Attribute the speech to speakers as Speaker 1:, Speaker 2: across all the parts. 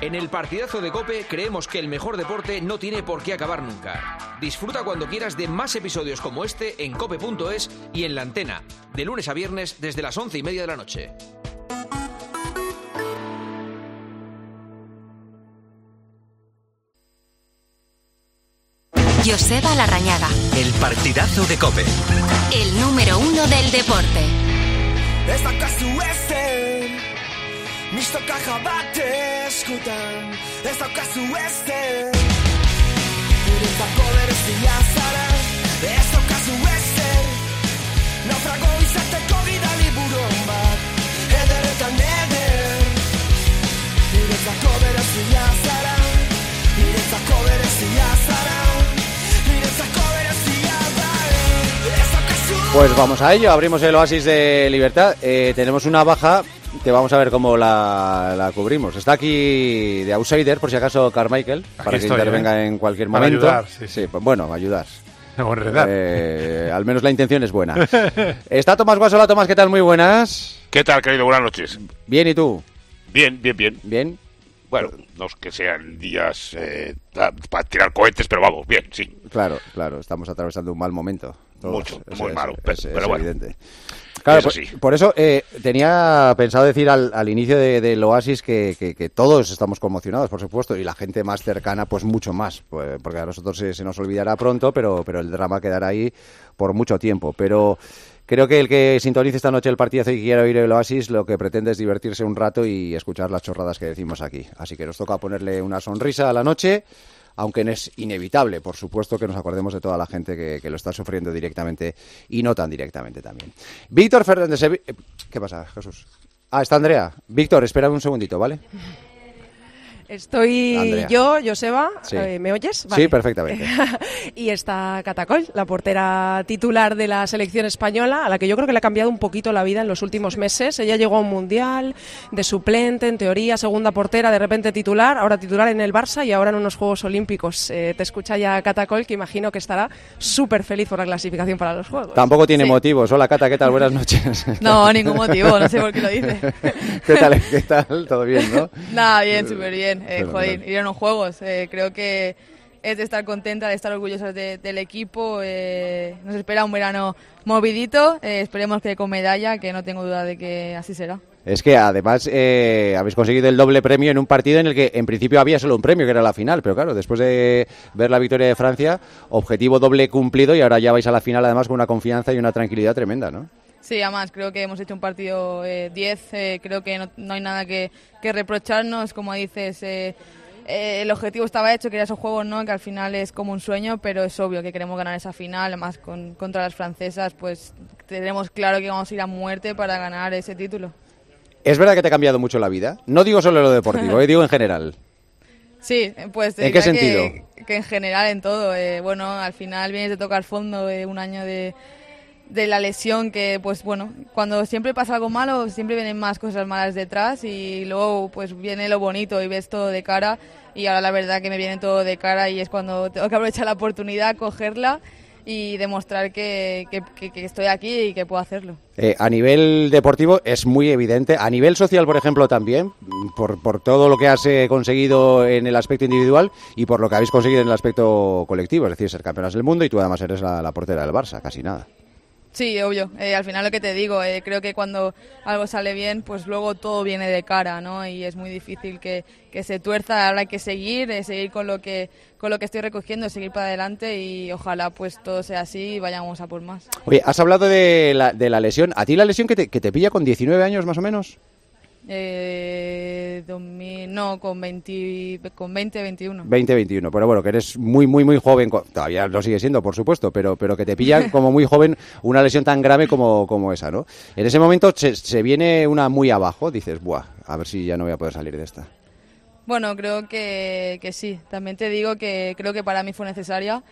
Speaker 1: En el partidazo de Cope creemos que el mejor deporte no tiene por qué acabar nunca. Disfruta cuando quieras de más episodios como este en cope.es y en la antena, de lunes a viernes desde las once y media de la noche.
Speaker 2: Joseba Larrañaga,
Speaker 3: El partidazo de Cope.
Speaker 2: el número uno del deporte.
Speaker 4: Ez daukazu ezer Mistoka jabate eskutan Ez daukazu ezer Guretzako berezia zara Ez daukazu ezer Naufrago izateko gidali buruan bat Ederetan eder Guretzako berezia zara Guretzako berezia zara Guretzako berezia da Ez daukazu
Speaker 5: Pues vamos a ello, abrimos el oasis de libertad. Eh, tenemos una baja que vamos a ver cómo la, la cubrimos. Está aquí de outsider, por si acaso Carmichael, para que
Speaker 6: estoy, ¿eh?
Speaker 5: intervenga en cualquier
Speaker 6: Para
Speaker 5: momento.
Speaker 6: ayudar, sí, sí.
Speaker 5: pues bueno, ayudar.
Speaker 6: O enredar.
Speaker 5: Eh, al menos la intención es buena. Está Tomás Guasola, Tomás, ¿qué tal? Muy buenas.
Speaker 7: ¿Qué tal, querido? Buenas noches.
Speaker 5: Bien, ¿y tú?
Speaker 7: Bien, bien, bien.
Speaker 5: Bien.
Speaker 7: Bueno, no es que sean días eh, ta- para tirar cohetes, pero vamos, bien, sí.
Speaker 5: Claro, claro, estamos atravesando un mal momento.
Speaker 7: Mucho,
Speaker 5: Es-
Speaker 7: muy
Speaker 5: es-
Speaker 7: malo,
Speaker 5: es-
Speaker 7: pero-
Speaker 5: es
Speaker 7: pero bueno.
Speaker 5: evidente. Claro,
Speaker 7: Eso
Speaker 5: por,
Speaker 7: sí.
Speaker 5: por eso eh, tenía pensado decir al, al inicio de- del Oasis que, que- que todos estamos conmocionados, por supuesto, y la gente más cercana, pues mucho más, pues, porque a nosotros se, se nos olvidará pronto, pero, pero el drama quedará ahí por mucho tiempo. Pero creo que el que sintonice esta noche el partidazo y quiera oír el Oasis, lo que pretende es divertirse un rato y escuchar las chorradas que decimos aquí. Así que nos toca ponerle una sonrisa a la noche. Aunque es inevitable, por supuesto, que nos acordemos de toda la gente que, que lo está sufriendo directamente y no tan directamente también. Víctor Fernández. Sevi- eh, ¿Qué pasa, Jesús? Ah, está Andrea. Víctor, espera un segundito, ¿vale?
Speaker 8: Estoy
Speaker 5: Andrea.
Speaker 8: yo, Joseba,
Speaker 5: Sí.
Speaker 8: eh, ¿me oyes?
Speaker 5: Sí, perfectamente.
Speaker 8: y está Catacol, la portera titular de la selección española, a la que yo creo que le ha cambiado un poquito la vida en los últimos meses. Ella llegó a un mundial de suplente, en teoría, segunda portera, de repente titular, ahora titular en el Barça y ahora en unos Juegos Olímpicos. Eh, te escucha ya Catacol, que imagino que estará súper feliz por la clasificación para los Juegos.
Speaker 5: Tampoco tiene
Speaker 9: Sí.
Speaker 5: motivos. Hola, Cata, ¿qué tal? Buenas noches.
Speaker 9: No, ningún motivo, no sé por qué lo dice.
Speaker 5: ¿Qué tal? ¿Qué tal? ¿Todo bien, no?
Speaker 9: Nada, bien, súper bien. Eh,
Speaker 5: Fenomenal.
Speaker 9: joder, ir a unos juegos. eh, creo que es de estar contenta, de estar orgullosa de- del equipo. eh, nos espera un verano movidito. eh, esperemos que con medalla, que no tengo duda de que así será.
Speaker 5: Es que además eh, habéis conseguido el doble premio en un partido en el que en principio había solo un premio, que era la final, pero claro, después de ver la victoria de Francia, objetivo doble cumplido y ahora ya vais a la final además con una confianza y una tranquilidad tremenda, ¿no?
Speaker 9: Sí, además, creo que hemos hecho un partido eh, 10. eh, creo que no, no hay nada que, que reprocharnos. Como dices, eh, eh, el objetivo estaba hecho, que era esos juegos, ¿no? Que al final es como un sueño, pero es obvio que queremos ganar esa final. Además, con- contra las francesas, pues tenemos claro que vamos a ir a muerte para ganar ese título.
Speaker 5: Es verdad que te ha cambiado mucho la vida. No digo solo lo deportivo, eh, digo en general.
Speaker 9: Sí, eh, pues te
Speaker 5: ¿En qué
Speaker 9: diría que-
Speaker 5: sentido?
Speaker 9: Que, en general en todo. eh, bueno, al final vienes de tocar fondo de un año de, de la lesión que, pues bueno, cuando siempre pasa algo malo, siempre vienen más cosas malas detrás y luego pues viene lo bonito y ves todo de cara y ahora la verdad que me viene todo de cara y es cuando tengo que aprovechar la oportunidad, cogerla y demostrar que- que- que- que estoy aquí y que puedo hacerlo.
Speaker 5: Eh, a nivel deportivo es muy evidente. A nivel social, por ejemplo, también, mm, por, por todo lo que has eh, conseguido en el aspecto individual y por lo que habéis conseguido en el aspecto colectivo, es decir, ser campeonas del mundo y tú además eres la, la portera del Barça, casi nada.
Speaker 9: Sí, obvio. Eh, al final lo que te digo, eh, creo que cuando algo sale bien, pues luego todo viene de cara, ¿no? Y es muy difícil que, que se tuerza. Ahora hay que seguir, eh, seguir con lo que con lo que estoy recogiendo, seguir para adelante y ojalá pues todo sea así y vayamos a por más.
Speaker 5: Oye, has hablado de la, de la lesión. ¿A ti la lesión que te, que te pilla con 19 años más o menos?
Speaker 9: Eh, 2000 no, con 20, con 20, 21.
Speaker 5: 20-21, pero bueno, que eres muy, muy, muy joven, co- todavía lo sigue siendo, por supuesto, pero, pero que te pilla como muy joven una lesión tan grave como, como esa, ¿no? En ese momento se, se viene una muy abajo, dices, buah, a ver si ya no voy a poder salir de esta.
Speaker 9: Bueno, creo que, que sí. También te digo que creo que para mí fue necesaria.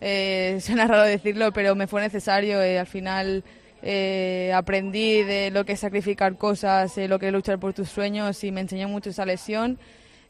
Speaker 9: Eh, suena raro decirlo, pero me fue necesario. eh, al final eh, aprendí de lo que es sacrificar cosas, eh, lo que es luchar por tus sueños y me enseñó mucho esa lesión.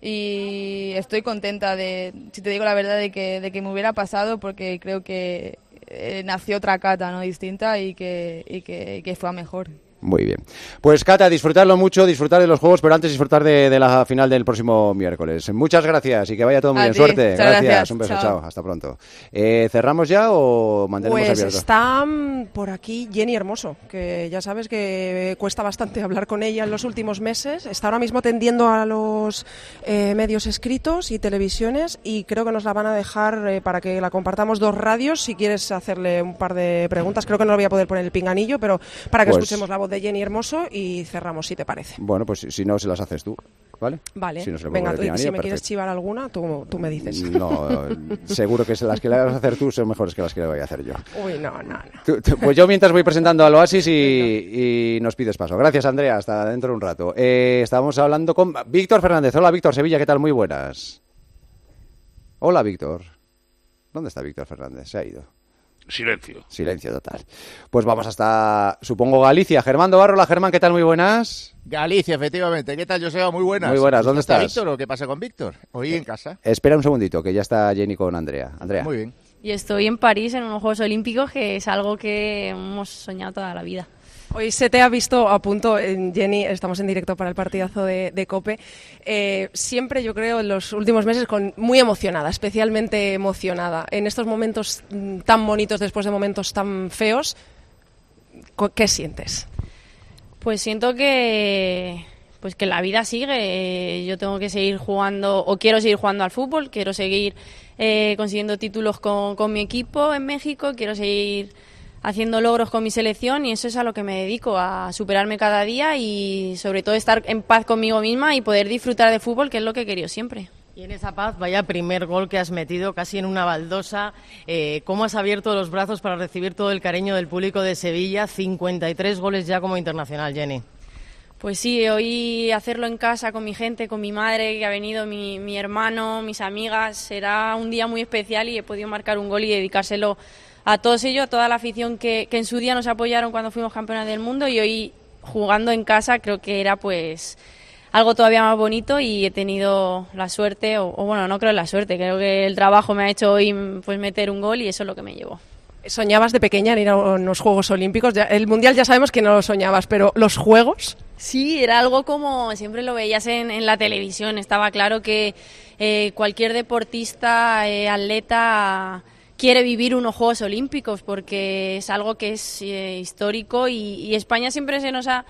Speaker 9: Y estoy contenta de, si te digo la verdad, de que, de que me hubiera pasado porque creo que eh, nació otra cata ¿no? distinta y que, y que, que fue a mejor.
Speaker 5: Muy bien. Pues Cata, disfrutarlo mucho, disfrutar de los juegos, pero antes disfrutar de, de la final del próximo miércoles. Muchas gracias y que vaya todo muy
Speaker 9: A
Speaker 5: bien.
Speaker 9: ti,
Speaker 5: Suerte.
Speaker 9: muchas gracias.
Speaker 5: Un beso, chao.
Speaker 9: Chao.
Speaker 5: Hasta pronto. Eh, ¿Cerramos ya o mantenemos
Speaker 8: Pues
Speaker 5: abierto?
Speaker 8: está mm, por aquí Jenny Hermoso, que ya sabes que eh, cuesta bastante hablar con ella en los últimos meses. Está ahora mismo tendiendo a los eh, medios escritos y televisiones y creo que nos la van a dejar eh, para que la compartamos dos radios. Si quieres hacerle un par de preguntas, creo que no lo voy a poder poner el pinganillo, pero para que
Speaker 5: Pues-
Speaker 8: escuchemos la voz de Jenny Hermoso y cerramos, si te parece.
Speaker 5: Bueno, pues si- si no, se las haces tú. ¿Vale?
Speaker 8: Vale,
Speaker 5: Si no se le
Speaker 8: venga,
Speaker 5: ocurre
Speaker 8: tú-
Speaker 5: a ti, María,
Speaker 8: si me quieres
Speaker 5: perfecto.
Speaker 8: chivar alguna, tú, tú me dices.
Speaker 5: No, eh, seguro que las que le vas a hacer tú son mejores que las que le voy a hacer yo.
Speaker 8: Uy, no, no, no.
Speaker 5: Tú- tú- Pues yo mientras voy presentando al Oasis y, y nos pides paso. Gracias, Andrea. Hasta dentro de un rato. Eh, estábamos hablando con Víctor Fernández. Hola, Víctor Sevilla. ¿Qué tal? Muy buenas. Hola, Víctor. ¿Dónde está Víctor Fernández? Se ha ido.
Speaker 7: Silencio.
Speaker 5: Silencio total. Pues vamos hasta, supongo, Galicia. Germán Barro. Hola, Germán. ¿Qué tal? Muy buenas.
Speaker 6: Galicia, efectivamente. ¿Qué tal, Joseba? Muy buenas.
Speaker 5: Muy buenas, ¿dónde
Speaker 6: ¿Está
Speaker 5: estás?
Speaker 6: Víctor o qué pasa con Víctor? Hoy en casa.
Speaker 5: Espera un segundito, que ya está Jenny con Andrea. Andrea.
Speaker 6: Muy bien.
Speaker 10: Y estoy en París en unos Juegos Olímpicos, que es algo que hemos soñado toda la vida.
Speaker 8: Hoy se te ha visto a punto, eh, Jenny, estamos en directo para el partidazo de, de Cope. Eh, siempre, yo creo, en los últimos meses con muy emocionada, especialmente emocionada. En estos momentos mm, tan bonitos, después de momentos tan feos, co- ¿qué sientes?
Speaker 10: Pues siento que pues que la vida sigue. Eh, Yo tengo que seguir jugando, o quiero seguir jugando al fútbol, quiero seguir eh, consiguiendo títulos con, con mi equipo en México, quiero seguir haciendo logros con mi selección y eso es a lo que me dedico, a superarme cada día y sobre todo estar en paz conmigo misma y poder disfrutar de fútbol, que es lo que he querido siempre.
Speaker 11: Y en esa paz, vaya primer gol que has metido casi en una baldosa. Eh, ¿Cómo has abierto los brazos para recibir todo el cariño del público de Sevilla? 53 goles ya como internacional, Jenny.
Speaker 10: Pues sí, hoy hacerlo en casa con mi gente, con mi madre que ha venido, mi, mi hermano, mis amigas, será un día muy especial y he podido marcar un gol y dedicárselo a todos ellos, a toda la afición que, que en su día nos apoyaron cuando fuimos campeonas del mundo y hoy jugando en casa creo que era pues algo todavía más bonito y he tenido la suerte, o, o bueno, no creo en la suerte, creo que el trabajo me ha hecho hoy pues meter un gol y eso es lo que me llevó.
Speaker 8: ¿Soñabas de pequeña en ir a unos Juegos Olímpicos? Ya- el Mundial ya sabemos que no lo soñabas, pero ¿los Juegos?
Speaker 10: Sí, era algo como siempre lo veías en, en la televisión. Estaba claro que eh, cualquier deportista, eh, atleta, quiere vivir unos Juegos Olímpicos porque es algo que es eh, histórico y, y España siempre se nos ha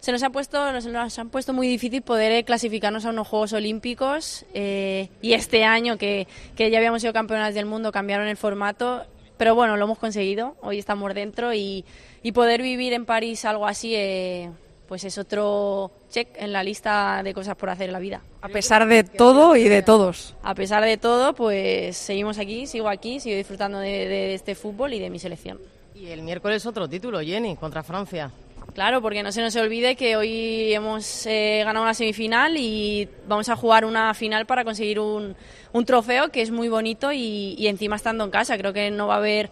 Speaker 10: se nos ha puesto nos, nos han puesto muy difícil poder eh, clasificarnos a unos Juegos Olímpicos eh, y este año que, que ya habíamos sido campeonas del mundo cambiaron el formato pero bueno lo hemos conseguido hoy estamos dentro y, y poder vivir en París algo así eh, pues es otro check en la lista de cosas por hacer en la vida
Speaker 8: A pesar de todo y de todos.
Speaker 10: a pesar de todo pues seguimos aquí sigo aquí sigo disfrutando de- de este fútbol y de mi selección
Speaker 11: Y el miércoles otro título, Jenny, contra Francia.
Speaker 10: Claro, porque no se nos olvide que hoy hemos eh, ganado una semifinal y vamos a jugar una final para conseguir un, un trofeo que es muy bonito y, y encima estando en casa. Creo que no va a haber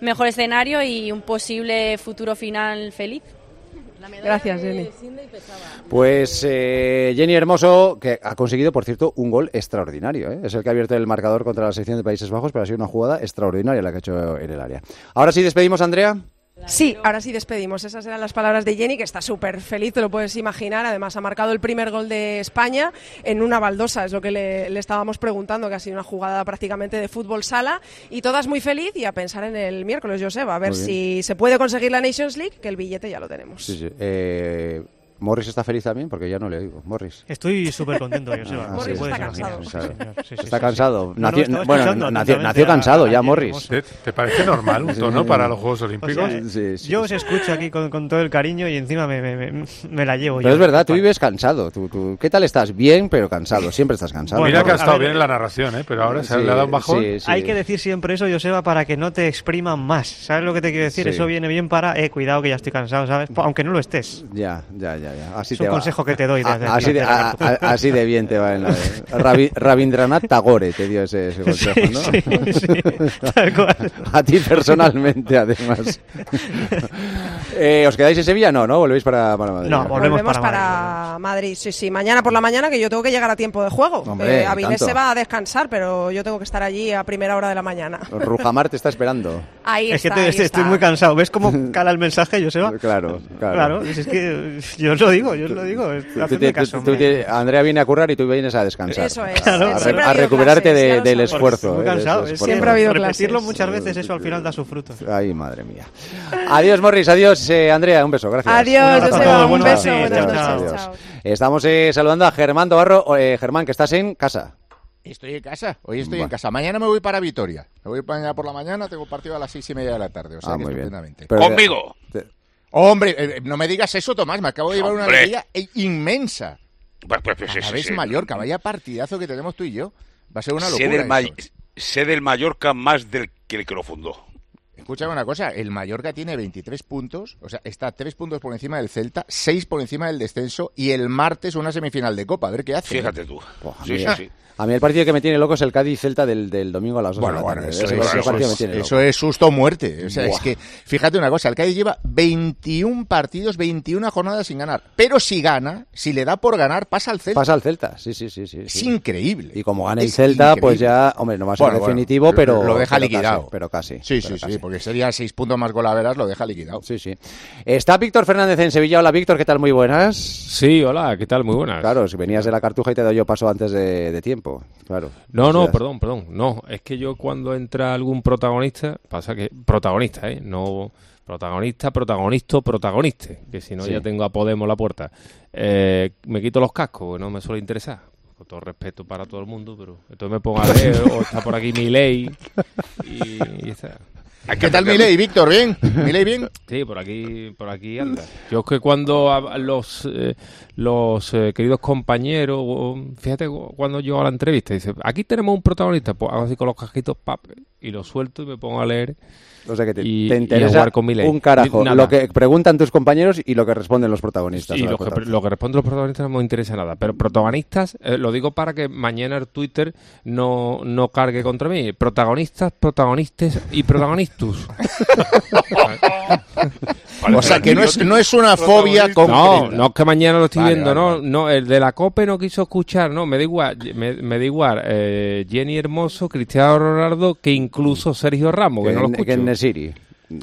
Speaker 10: mejor escenario y un posible futuro final feliz.
Speaker 8: Gracias, Jenny.
Speaker 5: Pues eh, Jenny Hermoso, que ha conseguido, por cierto, un gol extraordinario. ¿eh? Es el que ha abierto el marcador contra la selección de Países Bajos, pero ha sido una jugada extraordinaria la que ha hecho en el área. Ahora sí, despedimos, Andrea.
Speaker 8: Sí, ahora sí despedimos. Esas eran las palabras de Jenny, que está súper feliz, te lo puedes imaginar. Además, ha marcado el primer gol de España en una baldosa, es lo que le, le estábamos preguntando, que ha sido una jugada prácticamente de fútbol sala. Y todas muy feliz y a pensar en el miércoles, Joseba, a ver
Speaker 5: Muy bien.
Speaker 8: si se puede conseguir la Nations League, que el billete ya lo tenemos.
Speaker 5: Sí, sí. Eh, Morris está feliz también porque ya no le oigo. Morris.
Speaker 12: Estoy súper contento, Joseba.
Speaker 5: Ah,
Speaker 12: como
Speaker 5: sí,
Speaker 12: te
Speaker 5: sí,
Speaker 12: puedes
Speaker 5: sí,
Speaker 12: imaginar.
Speaker 5: sí,
Speaker 12: Sí,
Speaker 5: sabe.
Speaker 12: señor. Sí, sí,
Speaker 5: Está
Speaker 12: sí,
Speaker 5: cansado.
Speaker 12: sí. No, no,
Speaker 5: Nació-
Speaker 12: estaba
Speaker 5: bueno,
Speaker 12: escuchando
Speaker 5: nació,
Speaker 12: atentamente
Speaker 5: nació
Speaker 12: a-
Speaker 5: cansado
Speaker 12: a
Speaker 5: ya,
Speaker 12: Jenny
Speaker 5: Morris.
Speaker 12: Hermoso.
Speaker 13: ¿Te, te parece normal un
Speaker 5: Sí,
Speaker 13: tono
Speaker 5: sí.
Speaker 13: para los Juegos
Speaker 12: O
Speaker 13: Olímpicos?
Speaker 12: sea,
Speaker 5: Sí, sí,
Speaker 12: yo
Speaker 5: sí.
Speaker 12: os escucho aquí con, con todo el cariño y encima me, me- me- me la llevo.
Speaker 5: Pero
Speaker 12: yo.
Speaker 5: es verdad, tú vives cansado. Tú, tú- ¿Qué tal estás? Bien, pero cansado. Siempre estás cansado.
Speaker 13: Mira que ha
Speaker 12: a
Speaker 13: estado
Speaker 12: ver,
Speaker 13: bien en la narración, ¿eh? pero ahora se le ha dado un bajón.
Speaker 5: sí, sí.
Speaker 12: Hay que decir siempre eso, Joseba, para que no te expriman más. ¿Sabes lo que te quiero decir?
Speaker 5: Sí.
Speaker 12: Eso viene bien para, eh, cuidado que ya estoy cansado, ¿sabes? Pa- Aunque no lo estés.
Speaker 5: Ya, ya, ya. ya. Así
Speaker 12: Es un
Speaker 5: te va.
Speaker 12: consejo que te doy desde
Speaker 5: A-
Speaker 12: aquí,
Speaker 5: así, de,
Speaker 12: desde
Speaker 5: a- a- así de bien te va en la. Ravi- Rabindranath Tagore te dio ese, ese consejo,
Speaker 12: Sí,
Speaker 5: ¿no?
Speaker 12: sí, sí, tal cual.
Speaker 5: A ti personalmente, además. Eh, ¿Os quedáis en Sevilla? No, ¿no? ¿Volvéis para, para Madrid?
Speaker 12: No, volvemos
Speaker 8: Volvemos
Speaker 12: para
Speaker 8: para Madrid. Sí, sí, mañana por la mañana que yo tengo que llegar a tiempo de juego.
Speaker 5: Hombre,
Speaker 8: Eh, Avilés
Speaker 5: tanto.
Speaker 8: se va a descansar, pero yo tengo que estar allí a primera hora de la mañana.
Speaker 5: Rujamar te está esperando.
Speaker 9: Ahí
Speaker 12: es que
Speaker 9: está,
Speaker 12: te-
Speaker 9: ahí
Speaker 12: estoy
Speaker 9: está.
Speaker 12: muy cansado. ¿Ves cómo cala el mensaje, Joseba?
Speaker 5: Claro, claro.
Speaker 12: Claro, es que yo os lo digo, yo os lo digo.
Speaker 5: Tú- tú-
Speaker 12: Hacedme
Speaker 5: tú-
Speaker 12: caso,
Speaker 5: tú-
Speaker 12: hombre.
Speaker 5: tienes- Andrea viene a currar y tú vienes a descansar.
Speaker 12: Eso es.
Speaker 5: A, re-
Speaker 12: Siempre
Speaker 5: a
Speaker 12: ha habido
Speaker 5: recuperarte
Speaker 12: clases,
Speaker 5: de-
Speaker 12: ya lo
Speaker 5: del
Speaker 12: sabes.
Speaker 5: esfuerzo.
Speaker 12: Muy
Speaker 5: eh, de
Speaker 12: cansado,
Speaker 5: ese
Speaker 12: es
Speaker 5: esfuerzo.
Speaker 12: que Siempre ha habido repetirlo clases. muchas veces, eso al final da sus frutos.
Speaker 5: Ay, madre mía. Adiós, Morris. Adiós, eh, Andrea. Un beso. Gracias.
Speaker 12: Adiós, Un abrazo a Joseba, todos, un buenas beso, noches, buenas
Speaker 5: Adiós,
Speaker 12: noches,
Speaker 5: adiós. Estamos eh, saludando a Germán Dobarro. O, eh, Germán, que estás en casa.
Speaker 6: Estoy en casa, hoy estoy
Speaker 5: Bueno.
Speaker 6: en casa. Mañana me voy para Vitoria. Me voy mañana por la mañana, tengo partido a las seis y media de la tarde. O sea
Speaker 5: Ah,
Speaker 6: que
Speaker 5: muy bien.
Speaker 6: estupendamente.
Speaker 5: Pero-
Speaker 7: Conmigo.
Speaker 6: Hombre, eh, no me digas eso, Tomás. Me acabo de llevar una
Speaker 7: Hombre.
Speaker 6: alegría eh, inmensa.
Speaker 7: Pues, pues, pues, sí,
Speaker 6: Cada
Speaker 7: sí,
Speaker 6: vez
Speaker 7: sí.
Speaker 6: Mallorca, vaya partidazo que tenemos tú y yo. Va a ser una
Speaker 7: Sé
Speaker 6: locura.
Speaker 7: del,
Speaker 6: eso.
Speaker 7: Ma- sé del Mallorca más del que el que lo fundó.
Speaker 6: Escúchame una cosa, el Mallorca tiene 23 puntos, o sea, está 3 puntos por encima del Celta, 6 por encima del descenso y el martes una semifinal de Copa, a ver qué hace.
Speaker 7: Fíjate tú.
Speaker 5: oh, A
Speaker 7: Sí,
Speaker 5: mí- eh,
Speaker 7: sí, sí.
Speaker 5: A mí el partido que me tiene loco es el Cádiz Celta del, del domingo a las 2
Speaker 6: Bueno,
Speaker 5: de la
Speaker 6: bueno,
Speaker 5: tarde.
Speaker 6: eso,
Speaker 5: Ese-
Speaker 6: es-
Speaker 5: ese
Speaker 6: eso
Speaker 5: partido me
Speaker 6: es,
Speaker 5: tiene loco.
Speaker 6: eso es susto o muerte. O sea,
Speaker 5: Buah.
Speaker 6: es que, fíjate una cosa, el Cádiz lleva 21 partidos, 21 jornadas sin ganar. Pero si gana, si le da por ganar, pasa al Celta.
Speaker 5: Pasa al Celta, sí, sí, sí. sí
Speaker 6: Es increíble.
Speaker 5: Y como gana el
Speaker 6: Es
Speaker 5: Celta, pues
Speaker 6: increíble.
Speaker 5: ya, hombre, no va a ser
Speaker 6: Bueno, bueno,
Speaker 5: definitivo,
Speaker 6: lo-
Speaker 5: pero.
Speaker 6: lo deja
Speaker 5: pero
Speaker 6: liquidado.
Speaker 5: casi, pero casi.
Speaker 6: Sí,
Speaker 5: pero
Speaker 6: sí,
Speaker 5: casi.
Speaker 6: sí, porque sería 6 puntos más golaveras, lo deja liquidado.
Speaker 5: Sí, sí. Está Víctor Fernández en Sevilla. Hola, Víctor, ¿qué tal? Muy buenas.
Speaker 14: Sí, hola, ¿qué tal? Muy buenas.
Speaker 5: Claro, si venías de la cartuja y te doy yo paso antes de, de tiempo. Claro.
Speaker 14: No,
Speaker 5: O
Speaker 14: no,
Speaker 5: sea,
Speaker 14: perdón, perdón. No, es que yo cuando entra algún protagonista, pasa que protagonista, ¿eh? No protagonista, protagonisto, protagoniste, que si no
Speaker 5: Sí.
Speaker 14: ya tengo a Podemos la puerta. Eh, me quito los cascos, que no me suele interesar. Con todo respeto para todo el mundo, pero entonces me pongo a ver, o está por aquí Milei y, y está.
Speaker 6: ¿Qué tal Milei, Víctor? ¿Bien? ¿Milei bien?
Speaker 14: Sí, por aquí, por aquí anda. Yo es que cuando a- a los eh, los eh, queridos compañeros, o- fíjate cu- cuando yo a la entrevista, dice, aquí tenemos un protagonista, pues hago así con los cajitos, pap, y lo suelto y me pongo a leer.
Speaker 5: O sea que te,
Speaker 14: y,
Speaker 5: te
Speaker 14: y a
Speaker 5: interesa
Speaker 14: jugar con Milei.
Speaker 5: un carajo.
Speaker 14: Nada.
Speaker 5: Lo que preguntan tus compañeros y lo que responden los
Speaker 6: Pues
Speaker 5: protagonistas.
Speaker 14: Sí,
Speaker 5: ¿no?
Speaker 14: lo que, lo que responden los protagonistas no me interesa nada. Pero protagonistas, eh, lo digo para que mañana el Twitter no, no cargue contra mí. Protagonistas, protagonistas y protagonistus.
Speaker 6: O sea, que no es- no es una fobia concreta.
Speaker 14: No, no es que mañana lo estoy
Speaker 6: Vale,
Speaker 14: viendo,
Speaker 6: vale,
Speaker 14: no, no, el de la COPE no quiso escuchar, no, me da igual, me, me da igual, eh, Jenny Hermoso, Cristiano Ronaldo, que incluso Sergio Ramos, que,
Speaker 5: Que
Speaker 14: no lo
Speaker 5: en-
Speaker 14: escucho.
Speaker 5: que en Nesiri.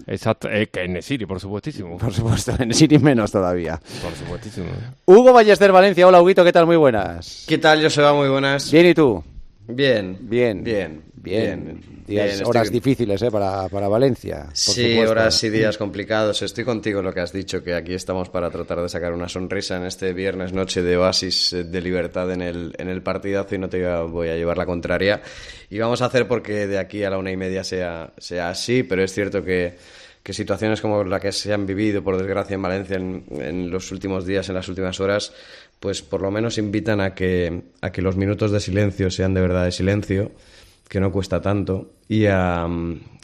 Speaker 14: Exacto, eh, que en Nesiri, por supuestísimo.
Speaker 5: Por supuesto, en Nesiri menos todavía.
Speaker 14: Por supuestísimo.
Speaker 5: Hugo Ballester Valencia. Hola, Huguito, ¿qué tal? Muy buenas.
Speaker 15: ¿Qué tal, Joseba? Muy buenas.
Speaker 5: Bien, ¿y tú?
Speaker 15: Bien.
Speaker 5: Bien.
Speaker 15: Bien.
Speaker 5: Bien.
Speaker 15: Bien,
Speaker 5: Días,
Speaker 15: estoy
Speaker 5: horas
Speaker 15: bien.
Speaker 5: difíciles ¿eh? para, para Valencia. por
Speaker 15: Sí,
Speaker 5: supuesto.
Speaker 15: horas y días complicados. Estoy contigo en lo que has dicho, que aquí estamos para tratar de sacar una sonrisa en este viernes noche de oasis eh, de libertad en el, en el partidazo y no te voy a llevar la contraria. Y vamos a hacer porque de aquí a la una y media sea, sea así, pero es cierto que, que situaciones como la que se han vivido, por desgracia, en Valencia en, en los últimos días, en las últimas horas, pues por lo menos invitan a que, a que los minutos de silencio sean de verdad de silencio que no cuesta tanto, y a,